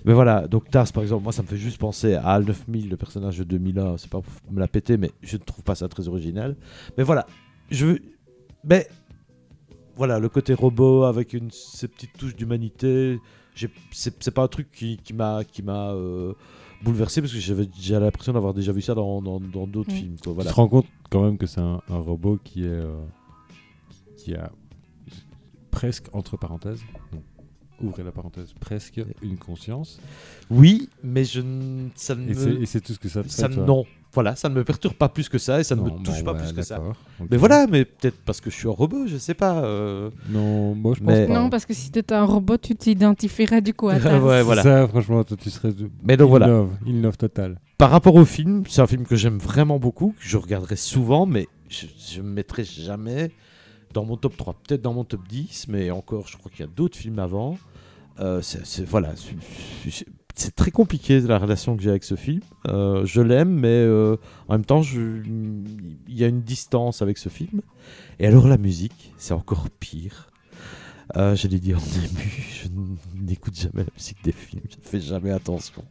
Mais voilà, donc Tars, par exemple, moi, ça me fait juste penser à Al 9000, le personnage de 2001. C'est pas pour me la péter, mais je ne trouve pas ça très original. Mais voilà, je veux. Mais voilà, le côté robot avec une, ces petites touches d'humanité, j'ai- c'est c'est pas un truc qui, qui m'a qui m'a euh, bouleversé parce que j'avais déjà l'impression d'avoir déjà vu ça dans dans- dans d'autres
Mm.
films. Quoi, voilà.
Tu te rends compte quand même que c'est un, un robot qui est euh, qui a presque entre parenthèses, non, ouvrez la parenthèse, presque une conscience.
Oui, mais je ne- ça ne
Et c'est-
me,
et c'est tout ce que ça te fait.
Euh, ça, me-
toi.
non, voilà, ça ne me perturbe pas plus que ça et ça ne
Non,
me touche
bon,
pas
bah,
plus que ça.
d'accord, ok.
Mais voilà, mais peut-être parce que je suis un robot, je sais pas. euh.
Non, moi je pense
Mais-
pas.
Non, parce que si t'étais un robot, tu t'identifierais du coup à ta.
Ouais,
C'est
voilà.
Ça, franchement, toi, tu serais.
Mais donc voilà,
Love, in love total.
par rapport au film, c'est un film que j'aime vraiment beaucoup, que je regarderai souvent, mais je ne me mettrai jamais dans mon top 3, peut-être dans mon top 10, mais encore, je crois qu'il y a d'autres films avant. Euh, c'est, c'est- voilà, c'est- c'est- c'est très compliqué la relation que j'ai avec ce film. Euh, je l'aime, mais euh, en même temps, je- il y a une distance avec ce film. Et alors la musique, c'est encore pire. Euh, je l'ai dit en début, je n'écoute jamais la musique des films, je ne fais jamais attention.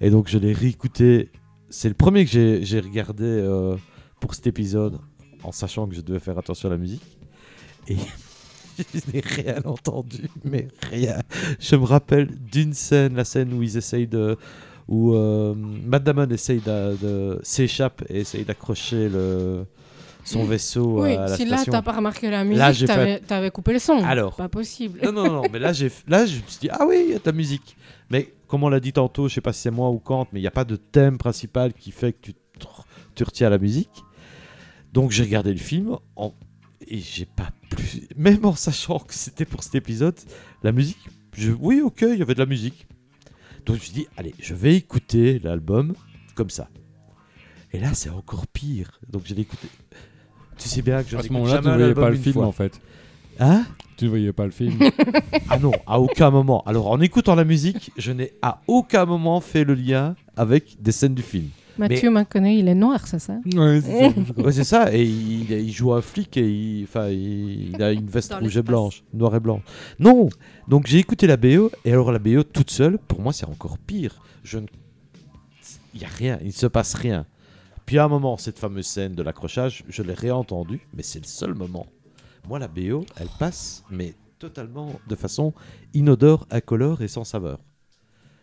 Et donc je l'ai réécouté. C'est le premier que j'ai- j'ai regardé euh, pour cet épisode en sachant que je devais faire attention à la musique. Et je n'ai rien entendu, mais rien. Je me rappelle d'une scène, la scène où ils essayent de. où euh, Matt Damon essaye d'a- de, s'échappe et essaye d'accrocher le, son vaisseau
Oui,
euh, à la
si là,
station.
t'as pas remarqué la
Là, j'ai
musique, t'avais t'avais coupé le son.
Alors. Euh,
Pas possible.
Non, non, non, mais là, j'ai, là, je me suis dit, ah oui, il y a de la musique. Mais comme on l'a dit tantôt, je sais pas si c'est moi ou Kant, mais il n'y a pas de thème principal qui fait que tu, te- tu retiens la musique. Donc j'ai regardé le film en- et j'ai pas plus. Même en sachant que c'était pour cet épisode, la musique, je... oui, ok, il y avait de la musique. Donc je me suis dit, allez, je vais écouter l'album comme ça. Et là, c'est encore pire. Donc j'ai écouté. Tu sais bien que je
À ce
n'écoute
moment-là, tu
jamais
ne
un
voyais
album
pas le
une
film
fois.
en fait.
Hein
Tu ne voyais pas le film.
ah non, à aucun moment. Alors en écoutant la musique, je n'ai à aucun moment fait le lien avec des scènes du film.
Mathieu McConaughey, il est noir, c'est ça
ouais, c'est ça.
Ouais, c'est ça. Et il, il joue un flic et il, enfin, il, il a une veste
Dans
rouge et
l'espace.
blanche, noir et blanc. Non. Donc j'ai écouté la BO et alors la BO toute seule, pour moi c'est encore pire. Je ne, il y a rien, il ne se passe rien. Puis à un moment, cette fameuse scène de l'accrochage, je l'ai réentendue, mais c'est le seul moment. Moi, la BO, elle passe, mais totalement de façon inodore, incolore et sans saveur.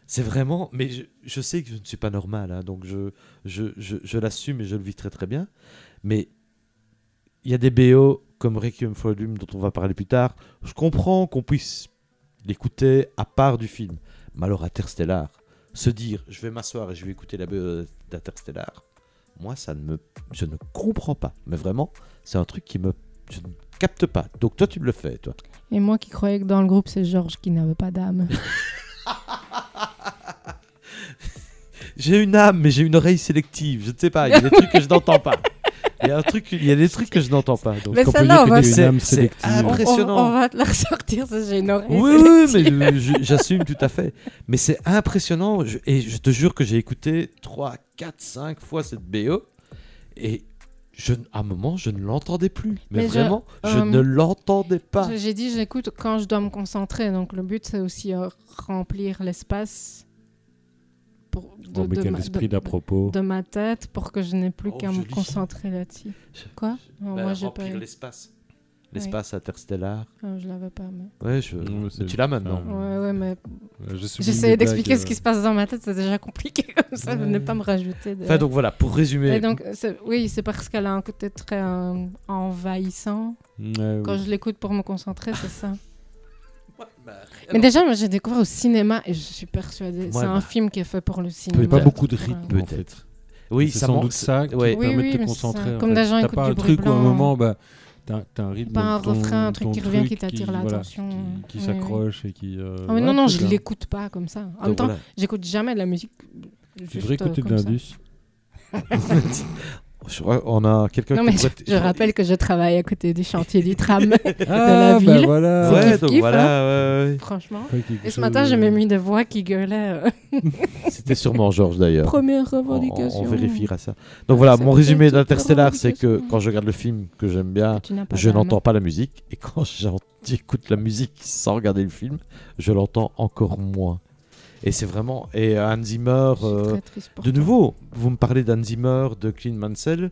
C'est vraiment, mais je, je sais que je ne suis pas normal, hein, donc je, je, je, je l'assume et je le vis très très bien. Mais il y a des BO comme Requiem for a Dream dont on va parler plus tard. Je comprends qu'on puisse l'écouter à part du film. Mais alors Interstellar, se dire je vais m'asseoir et je vais écouter la BO d'Interstellar, moi ça ne me, je ne comprends pas. Mais vraiment, c'est un truc qui me, je ne capte pas. Donc toi tu me le fais, toi.
Et moi qui croyais que dans le groupe, c'est Georges qui n'avait pas d'âme.
J'ai une âme, mais j'ai une oreille sélective. Je ne sais pas. Il y a des trucs que je n'entends pas. Il y a un truc, il y a des trucs que je n'entends pas. Donc.
Mais
Qu'on peut
celle-là,
dire
on
que
va-
t'es une
C'est-
âme
c'est
sélective.
impr- Impressionnant.
On, on va te la ressortir, ça j'ai une oreille
Oui, oui,
sélective.
mais je- je- j'assume tout à fait. Mais c'est impressionnant. je- et je te jure que j'ai écouté 3, 4, 5 fois cette BO. Et je, à un moment, je ne l'entendais plus. Mais,
Mais je-
vraiment, je,
euh,
ne l'entendais pas.
J'ai- J'ai dit, j'écoute quand je dois me concentrer. Donc le but, c'est aussi euh, remplir l'espace pour de,
Oh, mais
de
quel
ma,
esprit
de-
d'à propos.
de ma tête pour que je n'ai plus
Oh,
qu'à me
joli.
concentrer là-dessus.
Je-
Quoi
Bah,
Non,
Ben,
Moi, j'ai pas.
remplir
eu.
l'espace. L'espace interstellaire.
Ah, je l'avais pas. Mais...
Ouais, je-
Non, mais c'est-
mais tu l'as maintenant.
Ah,
Ouais, ouais, mais
Je suis
j'essayais d'expliquer ce qui se passe dans ma tête, c'est déjà compliqué comme ça, de ne pas me rajouter. De...
Enfin, donc voilà, pour résumer.
Et donc, c'est- oui, c'est parce qu'elle a un côté très euh, envahissant. Quand je l'écoute pour me concentrer, c'est ça.
Ouais, bah,
Mais déjà, moi, j'ai découvert au cinéma et je suis persuadée.
Ouais,
c'est
bah.
un film qui est fait pour le
Il n'y
cinéma.
a pas beaucoup de
Ouais.
rythme en
Peut-être.
fait.
oui,
c'est
ça
sans
manque-
doute ça qui
ouais.
te
Oui,
permet
oui,
de te
mais c'est ça.
concentrer. en
Comme
fait.
des gens
T'as
écoutent
pas
du
un
bruit
truc où à un
blanc.
moment, bah, t'as t'as un rythme.
Pas un
dans ton-
refrain, un truc
ton
qui revient, qui
truc
t'attire
voilà,
l'attention.
qui- Qui
Oui,
s'accroche et qui. euh,
Ah, mais non,
voilà,
non,
tout
je
ça.
l'écoute pas comme ça. En même
Donc
temps,
voilà.
j'écoute jamais de la musique.
Tu
juste,
devrais écouter
euh,
de
comme ça.
l'indus.
Je crois qu'on a quelqu'un
Non,
qui
mais je,
doit-
je rappelle que je travaille à côté du chantier du tram.
Ah,
ville.
bah voilà.
Ouais,
kiff,
donc
kiff, hein.
voilà, ouais, ouais.
Franchement.
Quoi, quelque
Et ce
chose,
matin, j'ai
euh,
même mis des voix qui gueulaient. euh,
C'était sûrement Georges d'ailleurs.
première
On,
revendication.
on vérifiera ça. Donc voilà,
Ça
mon
peut
résumé
être une
d'Interstellar, c'est que
revendication.
quand je regarde le film que j'aime bien,
Tu n'as pas
je
d'âme.
n'entends pas la musique. Et quand j'en- j'écoute la musique sans regarder le film, je l'entends encore moins. Et c'est vraiment. Et Hans Zimmer.
Je suis
euh,
très triste pour
de
toi.
nouveau, vous me parlez d'Hans Zimmer, de Clint Mansell.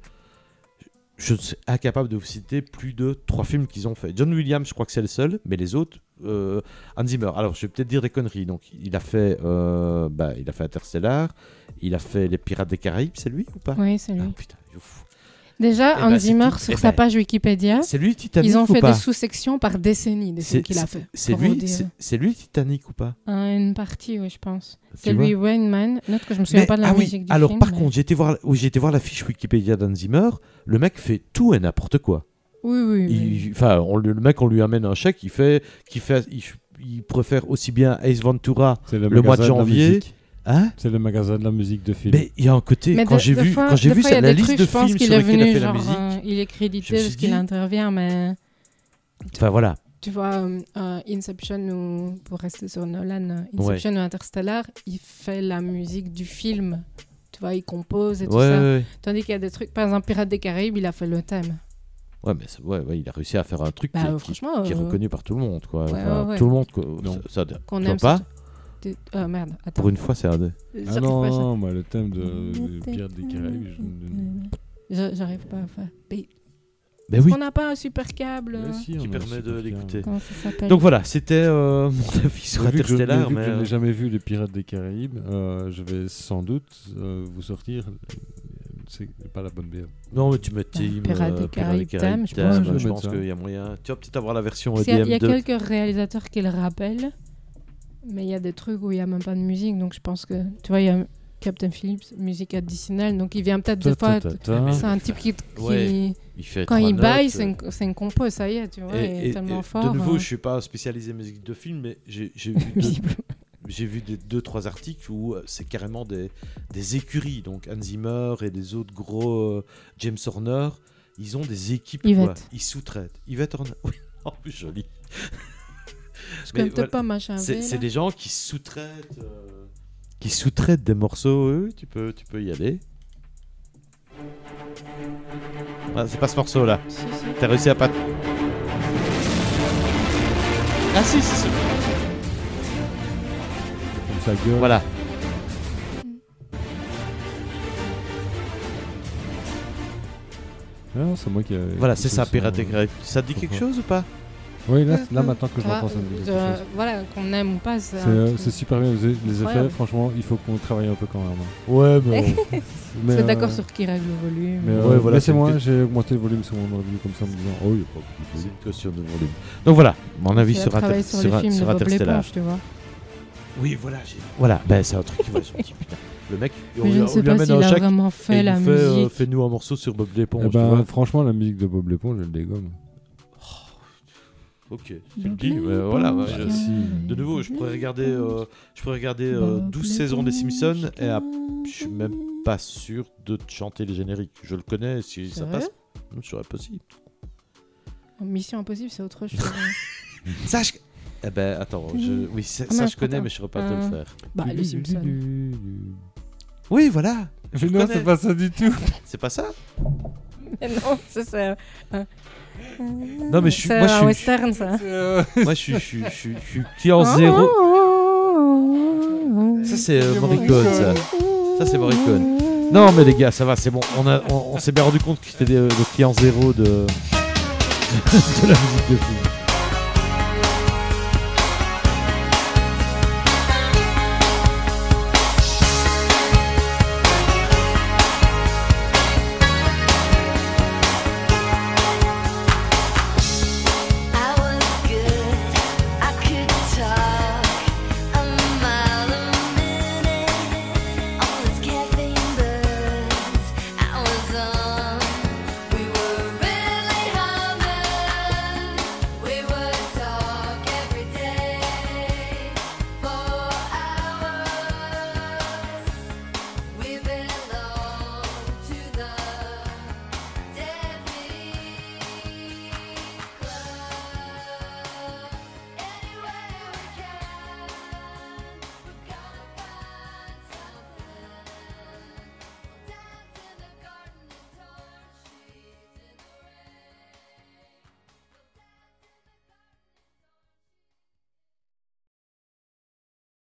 Je suis incapable de vous citer plus de trois films qu'ils ont fait. John Williams, je crois que c'est le seul, mais les autres, euh, Hans Zimmer. Alors, je vais peut-être dire des conneries. Donc, il a fait, euh, bah, il a fait Interstellar, il a fait Les Pirates des Caraïbes, c'est lui ou pas
Oui, c'est lui.
Ah, putain, je suis fou.
Déjà,
Eh ben,
Hans
c'est
Zimmer,
tout. Eh
sur sa
ben,
page Wikipédia,
C'est lui Titanic
Hein? ils ont
ou
fait
pas
des sous-sections par décennie des
C'est-
films qu'il a fait.
C'est
pour vous
lui,
dire.
c'est- c'est lui Titanic ou pas
Un- Une partie, oui, je pense.
Tu
C'est
vois
lui, Wayne Man. Note que je me souviens
Mais-
pas de la
ah oui,
musique du
Alors
film.
par
mais-
contre, j'ai été voir, oui, j'ai été voir la fiche Wikipédia d'Hans Zimmer. Le mec fait tout et n'importe quoi.
Oui, oui, oui.
Il- Enfin, on lui- le mec, on lui amène un chèque, il fait, qui fait, il, il préfère aussi bien Ace Ventura,
C'est
le mois de
magasin la
janvier.
musique.
hein
C'est le magasin de la musique de film.
Mais il y a un côté
Mais
quand
des-
j'ai
des
vu,
fois-
quand j'ai
des
vu
fois,
ça-
il y a
la
des
liste
trucs,
de
je pense
films
qu'il
sur
est
lesquels il a
venu,
fait la
genre,
musique.
euh, il est
Je me
crédité
suis
parce qu'il
dit-
intervient, mais euh,
Enfin voilà.
tu vois, euh, euh, Inception ou pour rester sur Nolan, euh, Inception ou Interstellar, il fait la musique du film. Tu vois, il compose et
Ouais,
tout ça.
ouais, ouais.
Tandis qu'il y a des trucs, par exemple, Pirates des Caraïbes, il a fait le thème.
Ouais, mais c'est- ouais, ouais, il a réussi à faire un truc
Bah,
qui-
euh,
qui,
franchement,
qui est
euh,
reconnu par tout le monde, quoi.
ouais,
Enfin,
ouais, ouais.
Tout le monde, quoi.
Non.
Ça, ça-
qu'on
tu
aime.
vois pas
surtout- Ah, merde, attends.
Pour une fois, c'est un deux.
Ah
J'arrive
non,
pas,
non, moi, le
Ah
thème de de Pirates des Caraïbes. je-
j'arrive- je- J'arrive pas à faire. Pi-
Ben oui,
On n'a pas un super câble.
Ah,
euh,
hein,
qui permet de l'écouter.
Comment ça s'appelle
Donc voilà, c'était euh, mon avis sur
Vu que je- vu
Interstellar.
que
mais,
je
euh,
n'ai jamais vu Les Pirates des Caraïbes, euh, je vais sans doute euh, vous sortir. C'est pas la bonne bière.
Non, mais tu mets Team.
Ah, Pirates des
euh,
Caraïbes, Tam, je
Tam,
pense.
je,
Ouais, je vais
pense
mettre ça.
qu'il y a moyen. Tu vas peut-être avoir la version E
Parce qu'il y a- Il y a
EDM2.
quelques réalisateurs qui le rappellent, mais il y a des trucs où il n'y a même pas de musique, donc je pense que, tu vois, il y a Captain Phillips, musique additionnelle, donc il vient peut-être des fois...
Ta, ta,
t-
ta.
C'est un type qui, qui-
Ouais. Il fait
quand
trois
il
notes,
baille,
euh,
c'est une, c'est une compo, ça y est, tu vois,
et-
il
et-
est tellement
et
fort.
De nouveau,
hein.
je suis pas spécialisé musique de film, mais j'ai j'ai vu deux-
Visiblement.
j'ai vu des deux trois articles où euh, c'est carrément des, des écuries donc Hans Zimmer et des autres gros euh, James Horner ils ont des équipes quoi.
Yvette.
ils sous-traitent Yvette Horner oui en plus joli
Je
Mais
connais peut-être
voilà.
pas machin.
c'est
V,
c'est
là.
des gens qui sous-traitent euh, qui sous-traitent des morceaux eux tu peux tu peux y aller Ah, c'est pas ce morceau là
Si, si.
t'as réussi à pas ah si c'est celui
Comme sa gueule.
Voilà.
Ah non, c'est moi qui. ai-
Voilà,
qui
c'est
fais
ça, Pirate des
euh,
Caraïbes. Ça te dit quelque
Pourquoi
chose ou pas
Oui, là, là, maintenant que je
Ah,
l'entends, ça me dit quelque
euh,
chose.
Voilà, qu'on aime ou pas, c'est
C'est,
un
euh,
truc.
c'est super bien, les, les effets,
Incroyable.
franchement, il faut qu'on travaille un peu quand même. hein.
Ouais,
mais
Mais,
Vous êtes d'accord
euh,
sur qui règle le volume
Mais
Ouais,
euh,
voilà, c'est
laissez-moi,
une
j'ai augmenté le volume sur mon ordi comme ça en me disant Oh, il n'y a pas beaucoup de
C'est
volume.
une question de volume. Donc voilà, mon avis
C'est
sur,
à
Inter-
travailler sur les
sur,
films
sur
de Bob
Interstellar.
l'éponge, tu vois.
Oui, voilà, j'ai- voilà, ben c'est un truc qui va se putain. Le mec, on
Mais
lui,
je ne
on
sais
lui
pas
amène
s'il
un
a
chèque
vraiment
et
fait
il
la
nous fait, euh,
musique.
Fais-nous un morceau sur Bob l'éponge.
Eh
tu
ben,
vois.
franchement, la musique de Bob l'éponge, je le dégomme.
Ok, tu me dis, mais euh, voilà. ouais, je- De nouveau, je pourrais regarder, euh, je pourrais regarder euh, 12 saisons des Simpsons et ah, je suis même pas sûr de te chanter les génériques. Je le connais, si ça
Sérieux
passe, je serais possible.
Mission Impossible, c'est autre chose.
Sache. Eh ben attends, je... oui, ça,
Ah
ça,
mince,
je connais,
attends.
mais je saurais pas te
Euh,
Ah, le faire.
bah, les Simpsons.
Hein Oui, voilà.
Mais non,
connais.
c'est pas ça du tout.
C'est pas ça
non, ça c'est.
Non, mais je suis-
C'est
moi, je
un
suis-
western, ça.
Moi, je suis, je suis, je suis, je suis client zéro. Ça, c'est euh, Morricone, ça. Ça, c'est Morricone. Non, mais les gars, ça va, c'est bon. On, euh, a- on, on s'est bien rendu compte que c'était des- le client zéro de, de la musique de film.